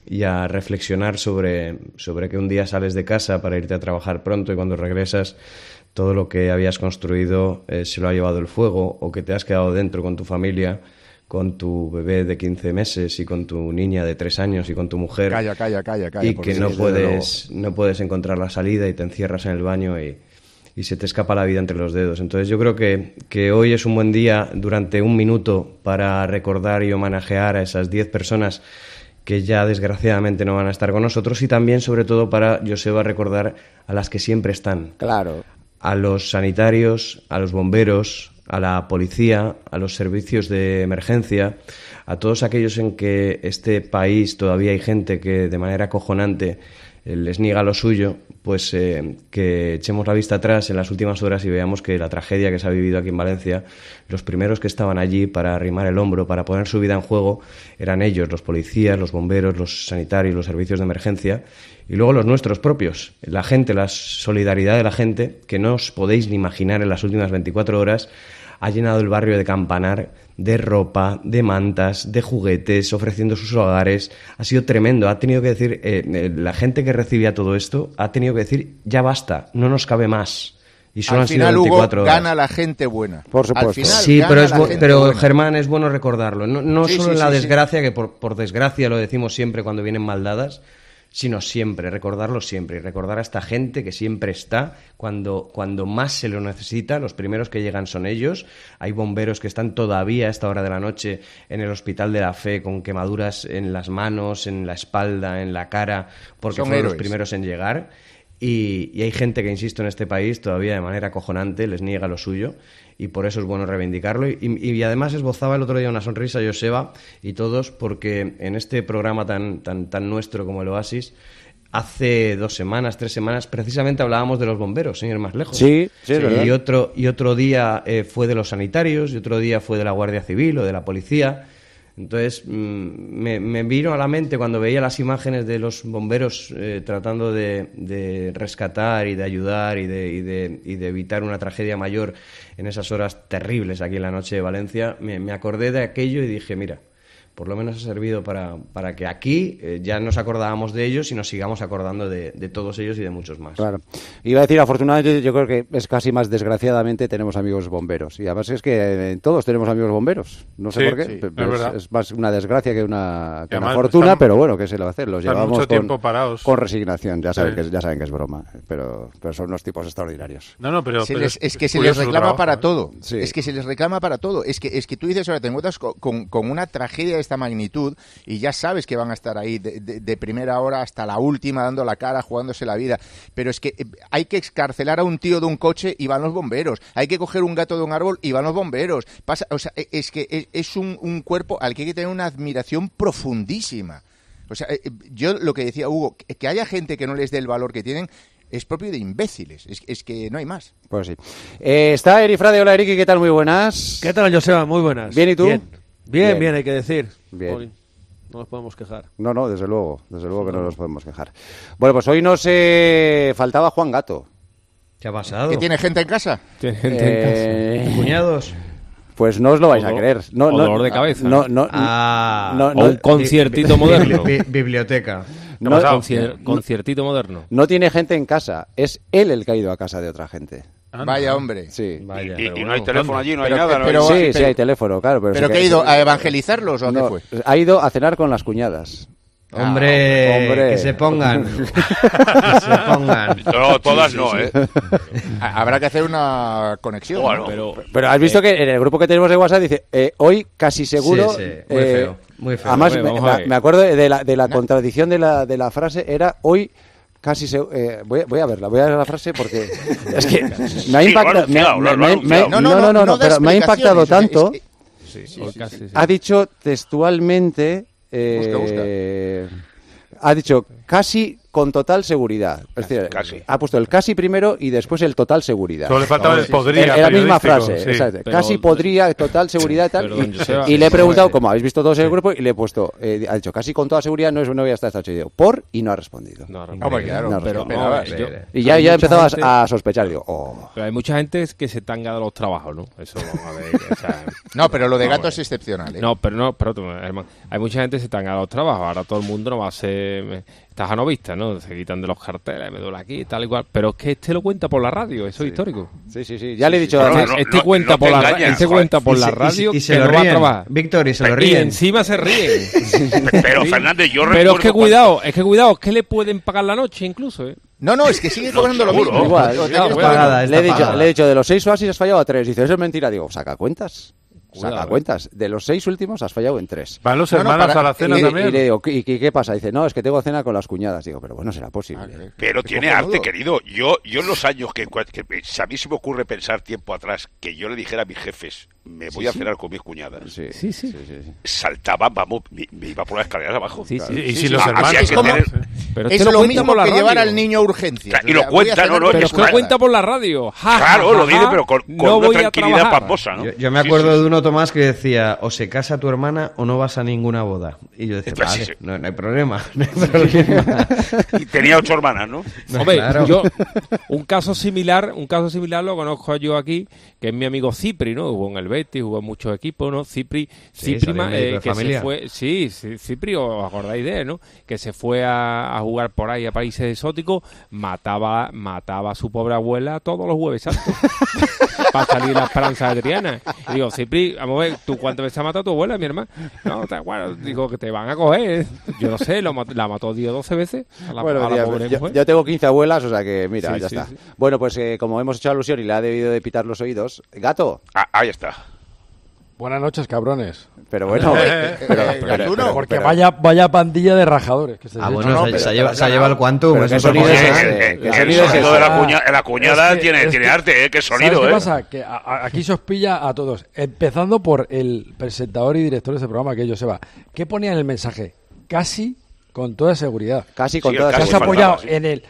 Speaker 15: y a reflexionar sobre, sobre que un día sales de casa para irte a trabajar pronto y cuando regresas todo lo que habías construido eh, se lo ha llevado el fuego o que te has quedado dentro con tu familia, con tu bebé de 15 meses y con tu niña de 3 años y con tu mujer
Speaker 6: Calla, calla, calla, calla.
Speaker 15: y
Speaker 6: porque
Speaker 15: que no
Speaker 6: desde
Speaker 15: puedes, no puedes encontrar la salida y te encierras en el baño y, y se te escapa la vida entre los dedos. Entonces yo creo que, que hoy es un buen día durante un minuto para recordar y homenajear a esas 10 personas que ya desgraciadamente no van a estar con nosotros y también sobre todo para Joseba recordar a las que siempre están.
Speaker 5: Claro.
Speaker 15: A los sanitarios, a los bomberos, a la policía, a los servicios de emergencia, a todos aquellos en que este país todavía hay gente que de manera cojonante les niega lo suyo, pues eh, que echemos la vista atrás en las últimas horas y veamos que la tragedia que se ha vivido aquí en Valencia, los primeros que estaban allí para arrimar el hombro, para poner su vida en juego, eran ellos, los policías, los bomberos, los sanitarios, los servicios de emergencia, y luego los nuestros propios, la gente, la solidaridad de la gente, que no os podéis ni imaginar en las últimas 24 horas, ha llenado el barrio de Campanar de ropa, de mantas, de juguetes, ofreciendo sus hogares. Ha sido tremendo. Ha tenido que decir, eh, eh, la gente que recibía todo esto ha tenido que decir, ya basta, no nos cabe más. Y solo
Speaker 6: Al
Speaker 15: han sido
Speaker 6: final, Hugo,
Speaker 15: 24 horas.
Speaker 6: gana la gente buena. Al final,
Speaker 15: Sí,
Speaker 6: gana
Speaker 15: pero, es
Speaker 6: la
Speaker 15: bu-
Speaker 6: gente
Speaker 15: pero
Speaker 6: buena.
Speaker 15: Germán, es bueno recordarlo. No, no
Speaker 6: Sí,
Speaker 15: solo
Speaker 6: sí,
Speaker 15: en la
Speaker 6: sí, sí.
Speaker 15: desgracia, que por, por desgracia lo decimos siempre cuando vienen maldadas, sino siempre, recordarlo siempre y recordar a esta gente que siempre está cuando, cuando más se lo necesita. Los primeros que llegan son ellos. Hay bomberos que están todavía a esta hora de la noche en el Hospital de la Fe con quemaduras en las manos, en la espalda, en la cara, porque
Speaker 6: Son
Speaker 15: fueron los
Speaker 6: héroes.
Speaker 15: primeros en llegar. Y, y hay gente que, insisto, en este país todavía de manera acojonante les niega lo suyo y por eso es bueno reivindicarlo. Y, y- y además esbozaba el otro día una sonrisa Joseba y todos porque en este programa tan, tan, tan nuestro como el Oasis, hace dos semanas, tres semanas, precisamente hablábamos de los bomberos, señor más lejos.
Speaker 5: Sí, sí, es verdad.
Speaker 15: y, otro, y otro día eh, fue de los sanitarios y otro día fue de la Guardia Civil o de la policía. Entonces mm, me, me vino a la mente cuando veía las imágenes de los bomberos eh, tratando de, de rescatar y de ayudar y de, y de- y de evitar una tragedia mayor en esas horas terribles aquí en la noche de Valencia, me, me acordé de aquello y dije, mira, por lo menos ha servido para, para que aquí eh, ya nos acordábamos de ellos y nos sigamos acordando de, de todos ellos y de muchos más.
Speaker 5: Claro. Iba a decir, afortunadamente, yo creo que es casi más desgraciadamente tenemos amigos bomberos. Y además es que eh, todos tenemos amigos bomberos. No sé
Speaker 13: Sí,
Speaker 5: por qué.
Speaker 13: sí,
Speaker 5: pe-
Speaker 13: es
Speaker 5: pero es,
Speaker 13: verdad.
Speaker 5: es más una desgracia que una, que una
Speaker 13: además
Speaker 5: fortuna,
Speaker 13: están-
Speaker 5: pero bueno, ¿qué se le va a hacer? Los
Speaker 13: están
Speaker 5: llevamos
Speaker 13: mucho
Speaker 5: con,
Speaker 13: tiempo parados.
Speaker 5: con resignación. Ya saben,
Speaker 13: Sí.
Speaker 5: que, ya saben que es broma, pero, pero son unos tipos extraordinarios.
Speaker 13: No, no, pero-
Speaker 6: Se
Speaker 13: pero
Speaker 6: les-
Speaker 13: es-
Speaker 6: es, que
Speaker 13: es
Speaker 6: se les
Speaker 13: curioso su
Speaker 6: reclama
Speaker 13: trabajo,
Speaker 6: para
Speaker 13: ¿eh?
Speaker 6: todo.
Speaker 13: Sí.
Speaker 6: Es que se les reclama para todo. Es que, es que tú dices, ahora te encuentras co- con, con una tragedia de esta magnitud y ya sabes que van a estar ahí de, de- de primera hora hasta la última, dando la cara, jugándose la vida. Pero es que eh, hay que excarcelar a un tío de un coche y van los bomberos. Hay que coger un gato de un árbol y van los bomberos. Pasa, o sea, e- es que es, es un, un cuerpo al que hay que tener una admiración profundísima. O sea, eh, eh, yo lo que decía Hugo, que que haya gente que no les dé el valor que tienen es propio de imbéciles. Es- es que no hay más.
Speaker 5: Pues sí. Eh, está Erifrade. Hola, Eriki, ¿qué tal? Muy buenas.
Speaker 16: ¿Qué tal, Joseba? Muy buenas.
Speaker 5: ¿Bien y tú?
Speaker 16: Bien, bien,
Speaker 5: Bien.
Speaker 16: bien, hay que decir.
Speaker 5: Bien.
Speaker 16: Jolín, No nos podemos quejar.
Speaker 5: No, no, desde luego, desde luego que no nos podemos quejar. Bueno, pues hoy nos eh, faltaba Juan Gato.
Speaker 15: ¿Qué ha pasado?
Speaker 6: ¿Que tiene gente en casa?
Speaker 14: Tiene
Speaker 5: Eh,
Speaker 14: Este
Speaker 15: Cuñados.
Speaker 5: Pues no os lo vais a
Speaker 15: Odor-
Speaker 5: creer. No, no,
Speaker 14: odor de cabeza.
Speaker 5: No, no,
Speaker 15: Ah,
Speaker 5: no,
Speaker 14: o
Speaker 5: no-
Speaker 14: un conciertito
Speaker 5: bi-
Speaker 14: moderno.
Speaker 5: bi-
Speaker 15: biblioteca.
Speaker 5: No-
Speaker 14: Concier-
Speaker 5: no-
Speaker 14: conciertito moderno.
Speaker 5: No tiene gente en casa. Es él el que ha ido a casa de otra gente.
Speaker 6: Vaya hombre.
Speaker 5: Sí.
Speaker 14: Vaya,
Speaker 7: Y- y no hay teléfono allí, no hay nada. ¿no?
Speaker 5: sí, sí hay teléfono, claro. Pero,
Speaker 6: ¿Pero
Speaker 5: sí
Speaker 6: que ha ido a evangelizarlos o a qué fue?
Speaker 5: Ha ido a cenar con las cuñadas. Ah,
Speaker 15: Hombre,
Speaker 5: Hombre.
Speaker 15: que se pongan. que se pongan.
Speaker 7: No, todas no, ¿eh?
Speaker 6: Ha- Habrá que hacer una conexión.
Speaker 7: Bueno,
Speaker 6: ¿no?
Speaker 14: pero,
Speaker 5: Pero has visto que en el grupo que tenemos de WhatsApp dice, eh, hoy casi seguro...
Speaker 15: Eh, Sí, sí, muy
Speaker 5: eh,
Speaker 15: feo, muy feo.
Speaker 5: Además,
Speaker 15: Hombre,
Speaker 5: me,
Speaker 15: vamos a
Speaker 5: me-
Speaker 15: ver.
Speaker 5: me acuerdo de la, de la contradicción de la, de la frase, era hoy casi seguro... voy, voy a verla, voy a ver la frase porque... es que me ha
Speaker 14: Sí, lo ha
Speaker 5: impactado... me ha-
Speaker 14: anunciado, lo ha
Speaker 5: me- me-
Speaker 14: anunciado.
Speaker 5: No, no, no, no,
Speaker 6: no da
Speaker 5: pero me ha impactado
Speaker 6: explicaciones,
Speaker 5: tanto...
Speaker 6: es
Speaker 14: O casi, sí.
Speaker 5: Ha dicho textualmente... eh, Ha dicho casi con total seguridad. Es decir, ha puesto el casi primero y después el total seguridad.
Speaker 13: Solo le faltaba
Speaker 5: No,
Speaker 13: el
Speaker 5: sí.
Speaker 13: podría
Speaker 5: Era la misma
Speaker 13: periodístico,
Speaker 5: frase.
Speaker 13: sí.
Speaker 5: exacto.
Speaker 13: Pero-
Speaker 5: casi podría, total seguridad y tal.
Speaker 13: Perdón,
Speaker 5: y,
Speaker 13: Joseba.
Speaker 5: y le he preguntado, como habéis visto todos en el grupo, y le he puesto, eh, ha dicho casi con toda seguridad, no es una voy hasta esta noche. Y digo, por y no ha respondido.
Speaker 14: No,
Speaker 6: Hombre, claro,
Speaker 5: No ha
Speaker 6: pero-
Speaker 5: respondido.
Speaker 6: pero-
Speaker 14: Hombre, yo-
Speaker 5: y ya,
Speaker 14: hay
Speaker 5: ya
Speaker 14: mucha
Speaker 5: empezabas
Speaker 14: gente-
Speaker 5: a sospechar. Digo, oh.
Speaker 14: Pero hay mucha gente que se tanga de los trabajos, ¿no? Eso vamos a ver. o sea,
Speaker 6: No, pero lo de
Speaker 14: vamos a
Speaker 6: gato es
Speaker 14: ver.
Speaker 6: excepcional. ¿eh?
Speaker 14: No, pero no, pero otro, hermano, hay mucha gente que se tanga de los trabajos. Ahora todo el mundo no va a ser. eh, Estás a novista, ¿no? Se quitan de los carteles, me duele aquí, tal y cual. Pero es que este lo cuenta por la radio, eso es histórico.
Speaker 5: Sí, sí, sí. Ya le he dicho
Speaker 14: Este-
Speaker 5: además-
Speaker 14: este cuenta por la radio. Este cuenta por
Speaker 15: Y se-
Speaker 14: la
Speaker 15: y se-
Speaker 14: radio
Speaker 15: y se
Speaker 14: que
Speaker 15: lo
Speaker 14: no va a
Speaker 15: ríen.
Speaker 14: trabajar.
Speaker 15: Víctor, y se lo
Speaker 14: Y
Speaker 15: ríen.
Speaker 14: encima se ríen.
Speaker 7: Pero,
Speaker 14: Sí.
Speaker 7: Fernández, yo
Speaker 14: Pero es que
Speaker 7: recuerdo
Speaker 14: cuidado, es que cuidado, es que le pueden pagar la noche incluso, ¿eh?
Speaker 6: No, no, es que sigue cobrando lo
Speaker 14: seguro.
Speaker 6: mismo.
Speaker 5: Igual,
Speaker 6: Lo-
Speaker 5: claro,
Speaker 6: lo-
Speaker 5: bueno,
Speaker 15: pagada, está
Speaker 5: le, he dicho,
Speaker 15: pagada.
Speaker 5: le he dicho, de los seis oasis has fallado a tres. Dice, eso es mentira. Digo, saca cuentas.
Speaker 14: Cuidado,
Speaker 5: saca
Speaker 14: eh.
Speaker 5: cuentas. De los seis últimos has fallado en tres.
Speaker 13: ¿Van los
Speaker 5: No, no,
Speaker 13: hermanos
Speaker 5: para-
Speaker 13: a la cena
Speaker 5: y le-
Speaker 13: también?
Speaker 5: Y le digo, ¿y, y qué pasa? Dice, no, es que tengo cena con las cuñadas. Digo, pero bueno, será posible.
Speaker 7: Pero tiene
Speaker 5: cojonudo.
Speaker 7: arte, querido. Yo, yo en los años que, que- si a mí se me ocurre pensar tiempo atrás que yo le dijera a mis jefes, me voy
Speaker 14: Sí,
Speaker 7: a
Speaker 14: sí.
Speaker 7: cenar con mis cuñadas.
Speaker 14: Sí, sí.
Speaker 7: Saltaba, vamos, me, me iba por las escaleras abajo.
Speaker 14: Sí, sí. Y- y
Speaker 7: Sí,
Speaker 14: si
Speaker 7: sí.
Speaker 14: los
Speaker 7: Ah,
Speaker 14: hermanos-
Speaker 7: así hay
Speaker 14: Es
Speaker 7: que
Speaker 14: como-
Speaker 7: tener-
Speaker 14: Pero
Speaker 6: es
Speaker 14: este
Speaker 6: lo
Speaker 14: cuenta
Speaker 6: mismo
Speaker 14: por la
Speaker 6: que
Speaker 14: radio.
Speaker 6: llevar al niño a urgencias.
Speaker 7: Y lo cuenta, no, no,
Speaker 14: Pero
Speaker 7: es
Speaker 14: es que lo
Speaker 7: nada.
Speaker 14: cuenta por la radio. Ja, ja,
Speaker 7: Claro,
Speaker 14: ja,
Speaker 7: lo dice,
Speaker 14: ja,
Speaker 7: pero con, con
Speaker 14: no
Speaker 7: una
Speaker 14: voy a
Speaker 7: tranquilidad
Speaker 14: trabajar.
Speaker 7: pamposa, ¿no?
Speaker 15: Yo, yo me
Speaker 7: Sí,
Speaker 15: acuerdo
Speaker 7: sí,
Speaker 15: de uno, Tomás, que decía, o se casa tu hermana o no vas a ninguna boda. Y yo decía,
Speaker 7: Pues sí,
Speaker 15: vale,
Speaker 7: sí.
Speaker 15: No, no hay problema, no hay problema.
Speaker 7: sí. Y tenía ocho hermanas, ¿no?
Speaker 15: No,
Speaker 14: Hombre,
Speaker 15: claro.
Speaker 14: yo un caso similar, un caso similar lo conozco yo aquí, que es mi amigo Cipri, ¿no? Jugó en el Betis, jugó en muchos equipos, ¿no? Cipri,
Speaker 15: Sí,
Speaker 14: Cipri
Speaker 15: salió
Speaker 14: ma-
Speaker 15: médico de
Speaker 14: que
Speaker 15: familia.
Speaker 14: se fue, sí, sí, Cipri, os acordáis de él, ¿no? Que se fue a, a jugar por ahí a países exóticos, mataba, mataba a su pobre abuela todos los jueves santos. para salir la esperanza adriana. Y digo, Cipri, vamos a ver, ¿tú cuántas veces has matado a tu abuela, mi hermano? No, tal cual. Digo, que te van a coger. Yo no sé, lo mat- la mató 10 o 12 veces a la,
Speaker 5: Bueno,
Speaker 14: a la
Speaker 5: ya-
Speaker 14: pobre
Speaker 5: yo,
Speaker 14: mujer.
Speaker 5: yo tengo 15 abuelas, o sea que mira,
Speaker 14: Sí,
Speaker 5: ya
Speaker 14: sí,
Speaker 5: está.
Speaker 14: sí.
Speaker 5: Bueno, pues eh, como hemos hecho alusión y le ha debido de pitar los oídos, gato.
Speaker 7: Ah, ahí está.
Speaker 17: Buenas noches, cabrones.
Speaker 5: Pero bueno,
Speaker 17: Eh,
Speaker 5: pero-
Speaker 17: eh,
Speaker 5: pero-
Speaker 17: Gatuno.
Speaker 5: pero-
Speaker 17: porque
Speaker 5: pero-
Speaker 17: vaya, vaya pandilla de rajadores. Que se
Speaker 15: Ah,
Speaker 17: les
Speaker 15: bueno,
Speaker 17: echa.
Speaker 15: se, se ha lleva- se ha llevado el Quantum.
Speaker 17: pero
Speaker 15: eso
Speaker 17: qué
Speaker 15: es
Speaker 17: sonido
Speaker 15: otra
Speaker 17: es
Speaker 15: cosa.
Speaker 17: ese,
Speaker 15: Eh,
Speaker 17: qué
Speaker 15: eh,
Speaker 17: sonido
Speaker 7: El
Speaker 17: es
Speaker 7: sonido
Speaker 17: ese?
Speaker 7: de la, cuña- de la cuñada
Speaker 17: Es que-
Speaker 7: tiene,
Speaker 17: es
Speaker 7: tiene
Speaker 17: que-
Speaker 7: arte, ¿eh? Qué
Speaker 17: ¿sabes
Speaker 7: sonido,
Speaker 17: qué
Speaker 7: ¿eh?
Speaker 17: pasa? Que a- a- aquí se os pilla a todos. Empezando por el presentador y director de este programa, que es Joseba. ¿Qué ponía en el mensaje? Casi con toda seguridad.
Speaker 5: Casi
Speaker 17: con
Speaker 5: Sí, toda el casi
Speaker 17: Te has
Speaker 5: seguridad.
Speaker 17: apoyado
Speaker 5: faltaba, sí.
Speaker 17: en el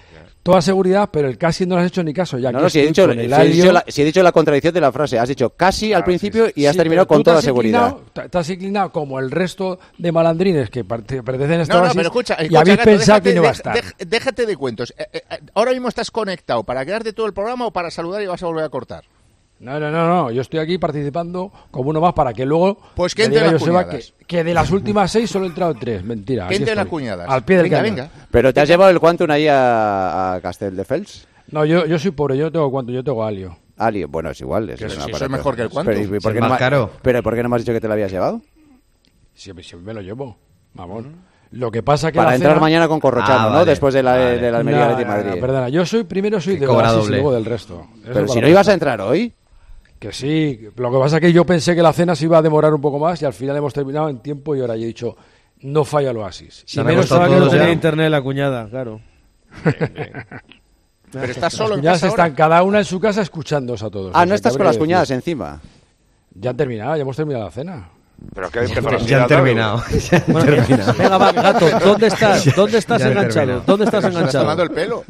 Speaker 17: toda seguridad, pero el casi no lo has hecho ni caso. Ya
Speaker 5: No,
Speaker 17: aquí
Speaker 5: no, si he,
Speaker 17: estoy
Speaker 5: dicho,
Speaker 17: con el
Speaker 5: si he dicho
Speaker 17: alio.
Speaker 5: la, si he dicho la contradicción de la frase, has dicho casi al principio y has
Speaker 17: Sí,
Speaker 5: terminado
Speaker 17: pero tú te
Speaker 5: con toda
Speaker 17: has
Speaker 5: seguridad.
Speaker 17: inclinado- te- Te has inclinado como el resto de malandrines que parte- pertenecen a esta
Speaker 6: No, no,
Speaker 17: oasis
Speaker 6: pero escucha,
Speaker 17: y
Speaker 6: escucha,
Speaker 17: habéis
Speaker 6: Gato,
Speaker 17: pensado que
Speaker 6: déjate-
Speaker 17: no iba a
Speaker 6: dej-
Speaker 17: estar.
Speaker 6: dej- déjate de cuentos. Eh, eh, eh, ahora mismo estás conectado para quedarte todo el programa o para saludar y vas a volver a cortar.
Speaker 17: No, no, no, no, yo estoy aquí participando como uno más para que luego
Speaker 6: Pues que
Speaker 17: me
Speaker 6: entre
Speaker 17: diga
Speaker 6: las
Speaker 17: Joseba
Speaker 6: cuñadas.
Speaker 17: que, que de las últimas seis solo he entrado en tres, mentira. aquí
Speaker 6: Que entre las
Speaker 17: estoy,
Speaker 6: cuñadas.
Speaker 17: Al pie del
Speaker 6: Venga,
Speaker 17: cañón.
Speaker 6: venga.
Speaker 5: Pero te has llevado el quantum ahí a, a Castel de Fels.
Speaker 17: No, yo, yo soy pobre, yo no tengo cuánto, yo tengo alio.
Speaker 5: Alio, Ah, bueno, es igual. Es
Speaker 17: Que
Speaker 5: una
Speaker 17: sí,
Speaker 5: barata.
Speaker 17: soy mejor que el Quantum.
Speaker 5: Pero, ¿y por
Speaker 17: Es el
Speaker 5: qué no
Speaker 17: más
Speaker 5: me ha-
Speaker 17: caro.
Speaker 5: pero ¿por qué no me has dicho que te lo habías llevado?
Speaker 17: Si, si me lo llevo, mamón. Lo que pasa que
Speaker 5: Para
Speaker 17: la
Speaker 5: entrar
Speaker 17: cena-
Speaker 5: mañana con Corrochano,
Speaker 17: Ah,
Speaker 5: ¿no?
Speaker 17: vale,
Speaker 5: Después de la,
Speaker 17: vale.
Speaker 5: de la Almería
Speaker 17: No,
Speaker 5: Athletic
Speaker 17: no, no,
Speaker 5: Madrid.
Speaker 17: perdona, yo soy primero soy de
Speaker 5: cobra
Speaker 17: Oasis y
Speaker 5: doble.
Speaker 17: luego del resto. Eso
Speaker 5: Pero
Speaker 17: es
Speaker 5: si
Speaker 17: para
Speaker 5: no ibas a entrar hoy.
Speaker 17: Que sí, lo que pasa es que yo pensé que la cena se iba a demorar un poco más y al final hemos terminado en tiempo y ahora yo he dicho, no falla el oasis.
Speaker 12: Y menos ahora que no tenía internet la cuñada, claro.
Speaker 6: Pero estás solo en
Speaker 17: Ya
Speaker 6: casa
Speaker 17: están
Speaker 6: ahora.
Speaker 17: cada una en su casa escuchándoos a todos.
Speaker 5: Ah,
Speaker 17: O sea,
Speaker 5: no estás
Speaker 17: que habría
Speaker 5: con las
Speaker 17: que decir.
Speaker 5: cuñadas encima.
Speaker 17: Ya han terminado, ya hemos terminado la cena.
Speaker 7: Pero que empezó
Speaker 15: Ya
Speaker 7: la
Speaker 15: han
Speaker 7: señal, ¿no?
Speaker 15: terminado, ya han
Speaker 12: Bueno,
Speaker 15: terminado.
Speaker 12: venga, va, gato, ¿dónde estás? ¿Dónde estás
Speaker 15: Ya han
Speaker 12: enganchado?
Speaker 15: terminado.
Speaker 12: ¿Dónde estás
Speaker 15: Pero se
Speaker 12: enganchado?
Speaker 15: está tomando el pelo.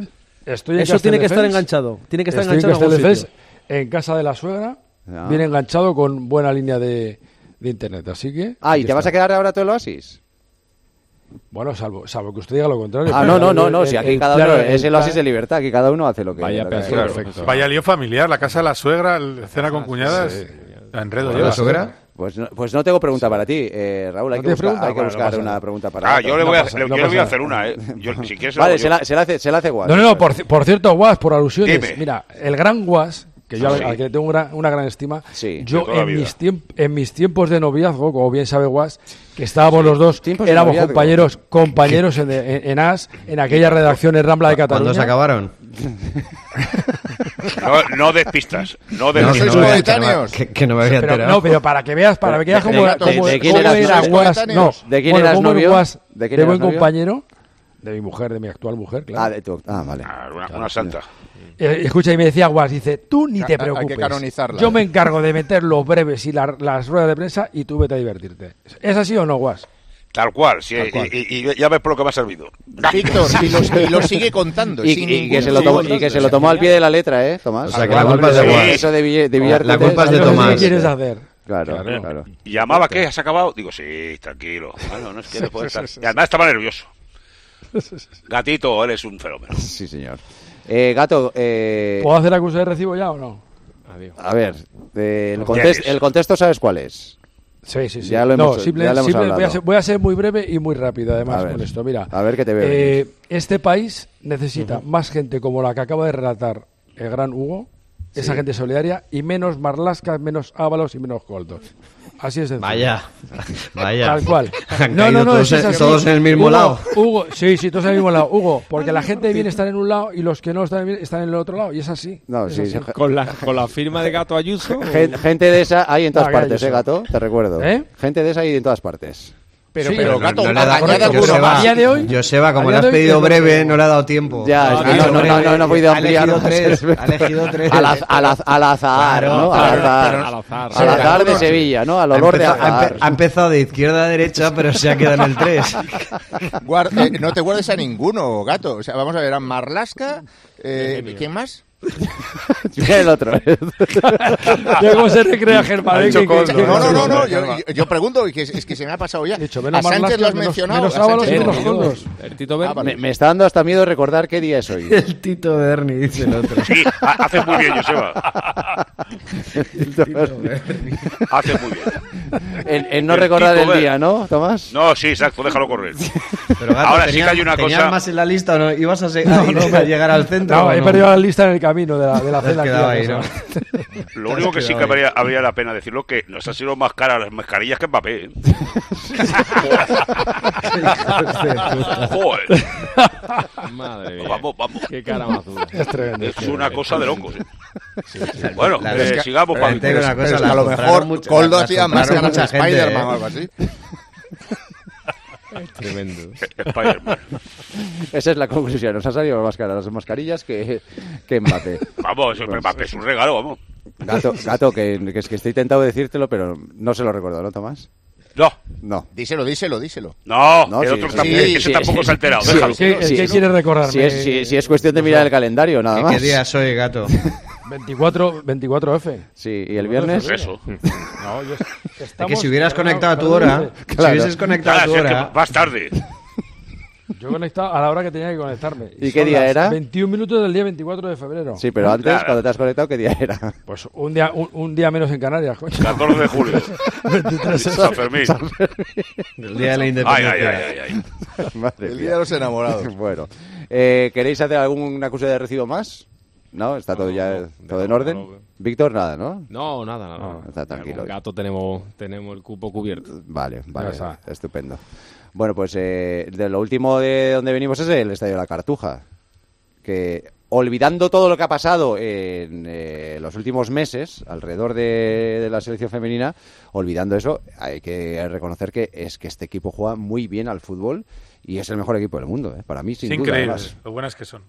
Speaker 17: Estoy en
Speaker 12: Eso tiene que estar
Speaker 17: Castelldefels.
Speaker 12: enganchado. Tiene que estar
Speaker 17: Estoy
Speaker 12: enganchado en algún
Speaker 17: Castelldefels,
Speaker 12: sitio.
Speaker 17: en casa de la suegra,
Speaker 5: Ah.
Speaker 17: bien enganchado con buena línea de, de internet, así que...
Speaker 5: Ah, ¿y
Speaker 17: aquí
Speaker 5: te vas
Speaker 17: está.
Speaker 5: a quedar ahora todo el Oasis?
Speaker 17: Bueno, salvo, salvo que usted diga lo contrario.
Speaker 5: Ah,
Speaker 17: pero
Speaker 5: no, no,
Speaker 17: el-
Speaker 5: no, no.
Speaker 17: el-
Speaker 5: Si aquí
Speaker 17: el-
Speaker 5: cada
Speaker 17: claro, eh,
Speaker 5: uno es el
Speaker 17: plan-
Speaker 5: Oasis de libertad, aquí cada uno hace lo que lo que-
Speaker 13: Claro.
Speaker 17: perfecto.
Speaker 13: Vaya lío familiar, la casa de la suegra, el- cena con cuñadas.
Speaker 5: Ah, sí.
Speaker 13: La enredo lleva.
Speaker 5: Pues no, pues no tengo pregunta para ti, eh, Raúl. Hay
Speaker 13: ¿No
Speaker 5: que
Speaker 13: tienes
Speaker 5: buscar,
Speaker 13: pregunta?
Speaker 5: hay que
Speaker 13: Bueno,
Speaker 5: buscar
Speaker 13: no pasa
Speaker 5: una
Speaker 13: nada.
Speaker 5: pregunta para
Speaker 7: Ah,
Speaker 5: ti.
Speaker 7: yo le voy, a, le-
Speaker 5: no
Speaker 7: yo le voy a
Speaker 5: pasa
Speaker 7: hacer
Speaker 5: nada.
Speaker 7: una, ¿eh? Yo, si quieres,
Speaker 5: Vale,
Speaker 7: hago
Speaker 5: se
Speaker 7: yo.
Speaker 5: la, se la hace, se la hace Guas.
Speaker 17: No, no, no, por, ci- por cierto, Guas, por alusiones.
Speaker 5: Dime.
Speaker 17: Mira, el gran Guas, que yo
Speaker 5: Ah,
Speaker 17: al-
Speaker 5: sí.
Speaker 17: al que le tengo una, una gran estima,
Speaker 5: de
Speaker 17: yo
Speaker 5: toda la
Speaker 17: en
Speaker 5: vida.
Speaker 17: mis, tiemp- en mis tiempos de noviazgo, como bien sabe Guas, que estábamos los dos,
Speaker 5: de
Speaker 17: éramos
Speaker 5: noviazgo.
Speaker 17: compañeros compañeros en, en, en AS, en aquella redacción en Rambla de Cataluña.
Speaker 15: ¿Cuándo se acabaron?
Speaker 7: No, no despistas, no
Speaker 15: No, que
Speaker 7: despistas.
Speaker 15: no me- que- que no me había
Speaker 17: Pero,
Speaker 15: enterado.
Speaker 17: no, pero para que veas, para que veas cómo,
Speaker 15: de-
Speaker 17: cómo-
Speaker 15: de quién
Speaker 17: cómo
Speaker 15: eras
Speaker 17: era
Speaker 15: novio?
Speaker 17: Guas. No,
Speaker 5: ¿De quién
Speaker 17: bueno,
Speaker 5: eras
Speaker 17: cómo era
Speaker 5: novio?
Speaker 17: Guas
Speaker 5: ¿De
Speaker 17: ¿De,
Speaker 5: quién eras
Speaker 17: buen
Speaker 5: novio?
Speaker 17: compañero? De mi mujer, de mi actual mujer, claro.
Speaker 5: Ah, de tu- ah, vale.
Speaker 7: Una, una santa.
Speaker 17: Eh, escucha, y me decía Guas, dice, tú ni
Speaker 6: Ha-
Speaker 17: te
Speaker 6: ha- hay que
Speaker 17: preocupes.
Speaker 6: canonizarla.
Speaker 5: ¿eh?
Speaker 17: Yo me encargo de meter los breves y la- las ruedas de prensa y tú vete a divertirte. ¿Es así o no, Guas?
Speaker 7: Tal cual, sí, Y, y- y ya ves por lo que me ha servido.
Speaker 6: Víctor, y los- y lo sigue contando,
Speaker 5: Y,
Speaker 6: sin
Speaker 5: y que
Speaker 6: ningún
Speaker 5: se lo
Speaker 6: tipo
Speaker 5: tomó,
Speaker 6: de-
Speaker 5: y que se lo tomó al pie de la letra, ¿eh, Tomás?
Speaker 15: O sea, que la culpa es de Guas.
Speaker 5: Eso de, Ville- de
Speaker 15: La
Speaker 5: Villartete-
Speaker 15: culpa es de
Speaker 5: Claro,
Speaker 15: Tomás.
Speaker 5: ¿qué quieres
Speaker 17: hacer?
Speaker 5: Claro,
Speaker 7: Claro.
Speaker 5: claro.
Speaker 7: ¿Llamaba qué? ¿Has acabado? Digo, sí, tranquilo. Bueno, no es que después estar- Y además estaba nervioso. Gatito, eres un fenómeno.
Speaker 5: Sí, señor. Eh, gato, eh,
Speaker 17: ¿Puedo hacer acuso de recibo ya o no?
Speaker 5: a ver, eh, el,
Speaker 17: Ya
Speaker 5: context-
Speaker 17: ves.
Speaker 5: el contexto sabes cuál es.
Speaker 17: Sí, sí, sí.
Speaker 5: Ya lo hemos,
Speaker 17: no, simple-
Speaker 5: ya lo hemos
Speaker 17: simple- voy, a
Speaker 5: hablado.
Speaker 17: ser, voy a ser muy breve y muy rápido,
Speaker 5: A
Speaker 17: además,
Speaker 5: ver.
Speaker 17: con esto. Mira,
Speaker 5: A ver que te veo.
Speaker 17: eh, este país necesita más gente como la que acaba de relatar el gran Hugo, esa
Speaker 15: Sí.
Speaker 17: gente solidaria, y menos Marlascas, menos Ábalos y menos Coldos. Así es.
Speaker 15: Vaya, vaya.
Speaker 17: Tal cual.
Speaker 15: Han caído todos,
Speaker 17: eso es
Speaker 15: en-
Speaker 17: así.
Speaker 15: todos en el mismo
Speaker 17: Hugo,
Speaker 15: lado.
Speaker 17: Hugo, sí, sí, todos en el mismo lado. Hugo, porque la gente de bien está en un lado y los que no están bien están en el otro lado. Y es así.
Speaker 5: No,
Speaker 17: Es
Speaker 5: sí,
Speaker 17: así.
Speaker 5: sí.
Speaker 14: Con la, con la firma de Gato Ayuso.
Speaker 5: Gen- Gente de esa hay en todas
Speaker 17: Ah, que hay
Speaker 5: partes,
Speaker 17: eso.
Speaker 5: ¿eh, gato? Te recuerdo.
Speaker 17: ¿Eh?
Speaker 5: Gente de esa hay en todas partes.
Speaker 6: Pero,
Speaker 17: Sí,
Speaker 6: pero,
Speaker 17: pero
Speaker 6: gato,
Speaker 15: No le ha dado-
Speaker 6: añade alguno
Speaker 15: Joseba,
Speaker 6: más.
Speaker 15: Joseba, como
Speaker 6: a
Speaker 15: le
Speaker 6: día
Speaker 15: has
Speaker 6: de hoy
Speaker 15: pedido
Speaker 6: tengo-
Speaker 15: breve, no le ha dado tiempo.
Speaker 5: Ya,
Speaker 15: Ha
Speaker 5: es que
Speaker 15: pedido
Speaker 5: no, no, no,
Speaker 15: breve,
Speaker 5: no, no he podido
Speaker 15: ha
Speaker 5: ampliar
Speaker 15: elegido
Speaker 5: más.
Speaker 15: tres, ha elegido tres.
Speaker 5: Al, az- al az- al azar,
Speaker 15: Claro,
Speaker 5: ¿no?
Speaker 15: claro,
Speaker 5: al azar.
Speaker 15: pero-
Speaker 5: al azar,
Speaker 15: Sí, alguno-
Speaker 5: de Sevilla, ¿no? Al olor
Speaker 15: ha
Speaker 5: de
Speaker 15: empezado, ha empe-
Speaker 5: azar.
Speaker 15: Ha empezado de izquierda a derecha, pero se ha quedado en el 3.
Speaker 6: Guarda- eh, no te guardes a ninguno, gato. O sea, vamos a ver, a Marlaska. eh, ¿Quién más?
Speaker 5: El otro.
Speaker 17: Ya cómo se recrea Germán,
Speaker 6: Ha
Speaker 17: ¿eh?
Speaker 6: dicho
Speaker 17: Que-
Speaker 6: Coldo,
Speaker 17: que-
Speaker 6: No, no, no, no,
Speaker 17: que-
Speaker 6: Yo, yo- yo pregunto, que es, es que se me ha pasado ya.
Speaker 17: menos
Speaker 6: a Sánchez
Speaker 17: Marlaska,
Speaker 6: lo has
Speaker 17: menos-
Speaker 6: mencionado.
Speaker 17: menos
Speaker 6: a Sánchez
Speaker 17: Ábalos y
Speaker 6: lo has
Speaker 17: menos
Speaker 6: mencionado.
Speaker 17: Coldos.
Speaker 14: El Tito Berni.
Speaker 5: Ah, me, me está dando hasta miedo recordar qué día es hoy.
Speaker 15: El Tito de Ernie, dice el otro.
Speaker 7: Sí, ha- haces muy bien, Joseba.
Speaker 5: El Tito Berni.
Speaker 7: Haces muy bien.
Speaker 5: En, en no
Speaker 7: El
Speaker 5: recordar
Speaker 7: Tito
Speaker 5: el
Speaker 7: Berni.
Speaker 5: día, ¿no, Tomás?
Speaker 7: No, sí, exacto, déjalo correr.
Speaker 15: Pero gato,
Speaker 7: Ahora sí
Speaker 15: tenías-
Speaker 7: que hay una
Speaker 15: ¿tenías
Speaker 7: cosa.
Speaker 15: más en la lista o no? ¿Ibas a, se- a ir- a llegar al centro?
Speaker 17: No,
Speaker 15: o
Speaker 17: he
Speaker 15: no?
Speaker 17: perdido la lista en el camino de la, de la
Speaker 15: Te has
Speaker 17: cena. aquí a
Speaker 15: quedado ahí,
Speaker 17: casa.
Speaker 7: Lo único que sí que habría, habría la pena decirlo que nos han sido más caras las mascarillas que Mbappé. ¿eh? Joder.
Speaker 14: Madre mía.
Speaker 7: Vamos, vamos.
Speaker 14: Qué cara más dura.
Speaker 7: Es tremendo. Es una cosa de locos. ¿eh?
Speaker 14: Sí, sí.
Speaker 7: Bueno,
Speaker 14: Claro, es
Speaker 7: eh,
Speaker 14: que-
Speaker 7: sigamos,
Speaker 14: pero
Speaker 7: Pablo.
Speaker 14: te digo una cosa,
Speaker 7: Pero es que
Speaker 14: las
Speaker 7: a lo
Speaker 14: compraron
Speaker 7: mejor
Speaker 14: mucho-
Speaker 7: Coldo
Speaker 14: las
Speaker 7: hacía
Speaker 14: compraron
Speaker 7: máscaras
Speaker 14: mucha
Speaker 7: a
Speaker 14: gente,
Speaker 7: Spider-Man
Speaker 14: ¿eh?
Speaker 7: o algo así.
Speaker 14: Tremendo.
Speaker 7: Spider-Man.
Speaker 5: Esa es la conclusión. Nos han salido más caras las mascarillas que, que Mbappé.
Speaker 7: Vamos, eso, Mbappé es un regalo, vamos.
Speaker 5: Gato, gato que, que es que estoy tentado de decírtelo, pero no se lo recuerdo, ¿no, Tomás?
Speaker 7: No.
Speaker 5: No.
Speaker 6: Díselo, díselo, díselo.
Speaker 7: No,
Speaker 5: No,
Speaker 7: el
Speaker 5: sí,
Speaker 7: otro
Speaker 5: sí,
Speaker 7: también,
Speaker 5: sí,
Speaker 7: ese
Speaker 5: sí,
Speaker 7: tampoco
Speaker 5: sí,
Speaker 7: se ha enterado.
Speaker 5: sí,
Speaker 7: déjalo.
Speaker 5: sí, sí, sí. Si es, si- si es cuestión de mirar el calendario, nada más.
Speaker 15: ¿Qué día soy, gato?
Speaker 17: 24, 24F.
Speaker 5: Sí, ¿y el viernes?
Speaker 7: Eso.
Speaker 17: No, yo-
Speaker 15: Es
Speaker 17: estamos-
Speaker 15: que si hubieras
Speaker 17: perdón,
Speaker 15: conectado a tu
Speaker 17: perdón,
Speaker 15: hora,
Speaker 17: dice.
Speaker 15: si hubieses conectado a tu hora,
Speaker 7: más tarde.
Speaker 17: Yo he conectado a la hora que tenía que conectarme. son
Speaker 5: ¿Y qué día
Speaker 17: las
Speaker 5: era?
Speaker 17: 21 minutos del día 24 de febrero.
Speaker 5: Sí, pero antes, cuando te has conectado, ¿qué día era?
Speaker 17: Pues un día, un, un día menos en Canarias, coño.
Speaker 7: 14 de julio.
Speaker 17: 23
Speaker 7: San Fermín.
Speaker 17: San Fermín.
Speaker 15: El día de la
Speaker 7: Ay, ay, ay, ay, ay.
Speaker 5: Madre
Speaker 7: El
Speaker 5: mía.
Speaker 7: día de los enamorados.
Speaker 5: bueno, eh, ¿queréis hacer alguna acusación de recibo más? ¿No? ¿Está todo ya todo en orden? Víctor, nada, ¿no? Ah,
Speaker 14: No, nada, nada. nada.
Speaker 5: Está tranquilo.
Speaker 14: Con gato tenemos, tenemos el cupo cubierto.
Speaker 5: Vale, vale,
Speaker 14: Ya está.
Speaker 5: estupendo. Bueno, pues eh, de lo último de donde venimos es el Estadio de la Cartuja, que olvidando todo lo que ha pasado en eh, los últimos meses alrededor de, de la selección femenina, olvidando eso, hay que reconocer que es que este equipo juega muy bien al fútbol y es el mejor equipo del mundo, ¿eh? para mí sin
Speaker 13: Es
Speaker 5: duda.
Speaker 13: increíble
Speaker 5: además.
Speaker 13: lo buenas que son.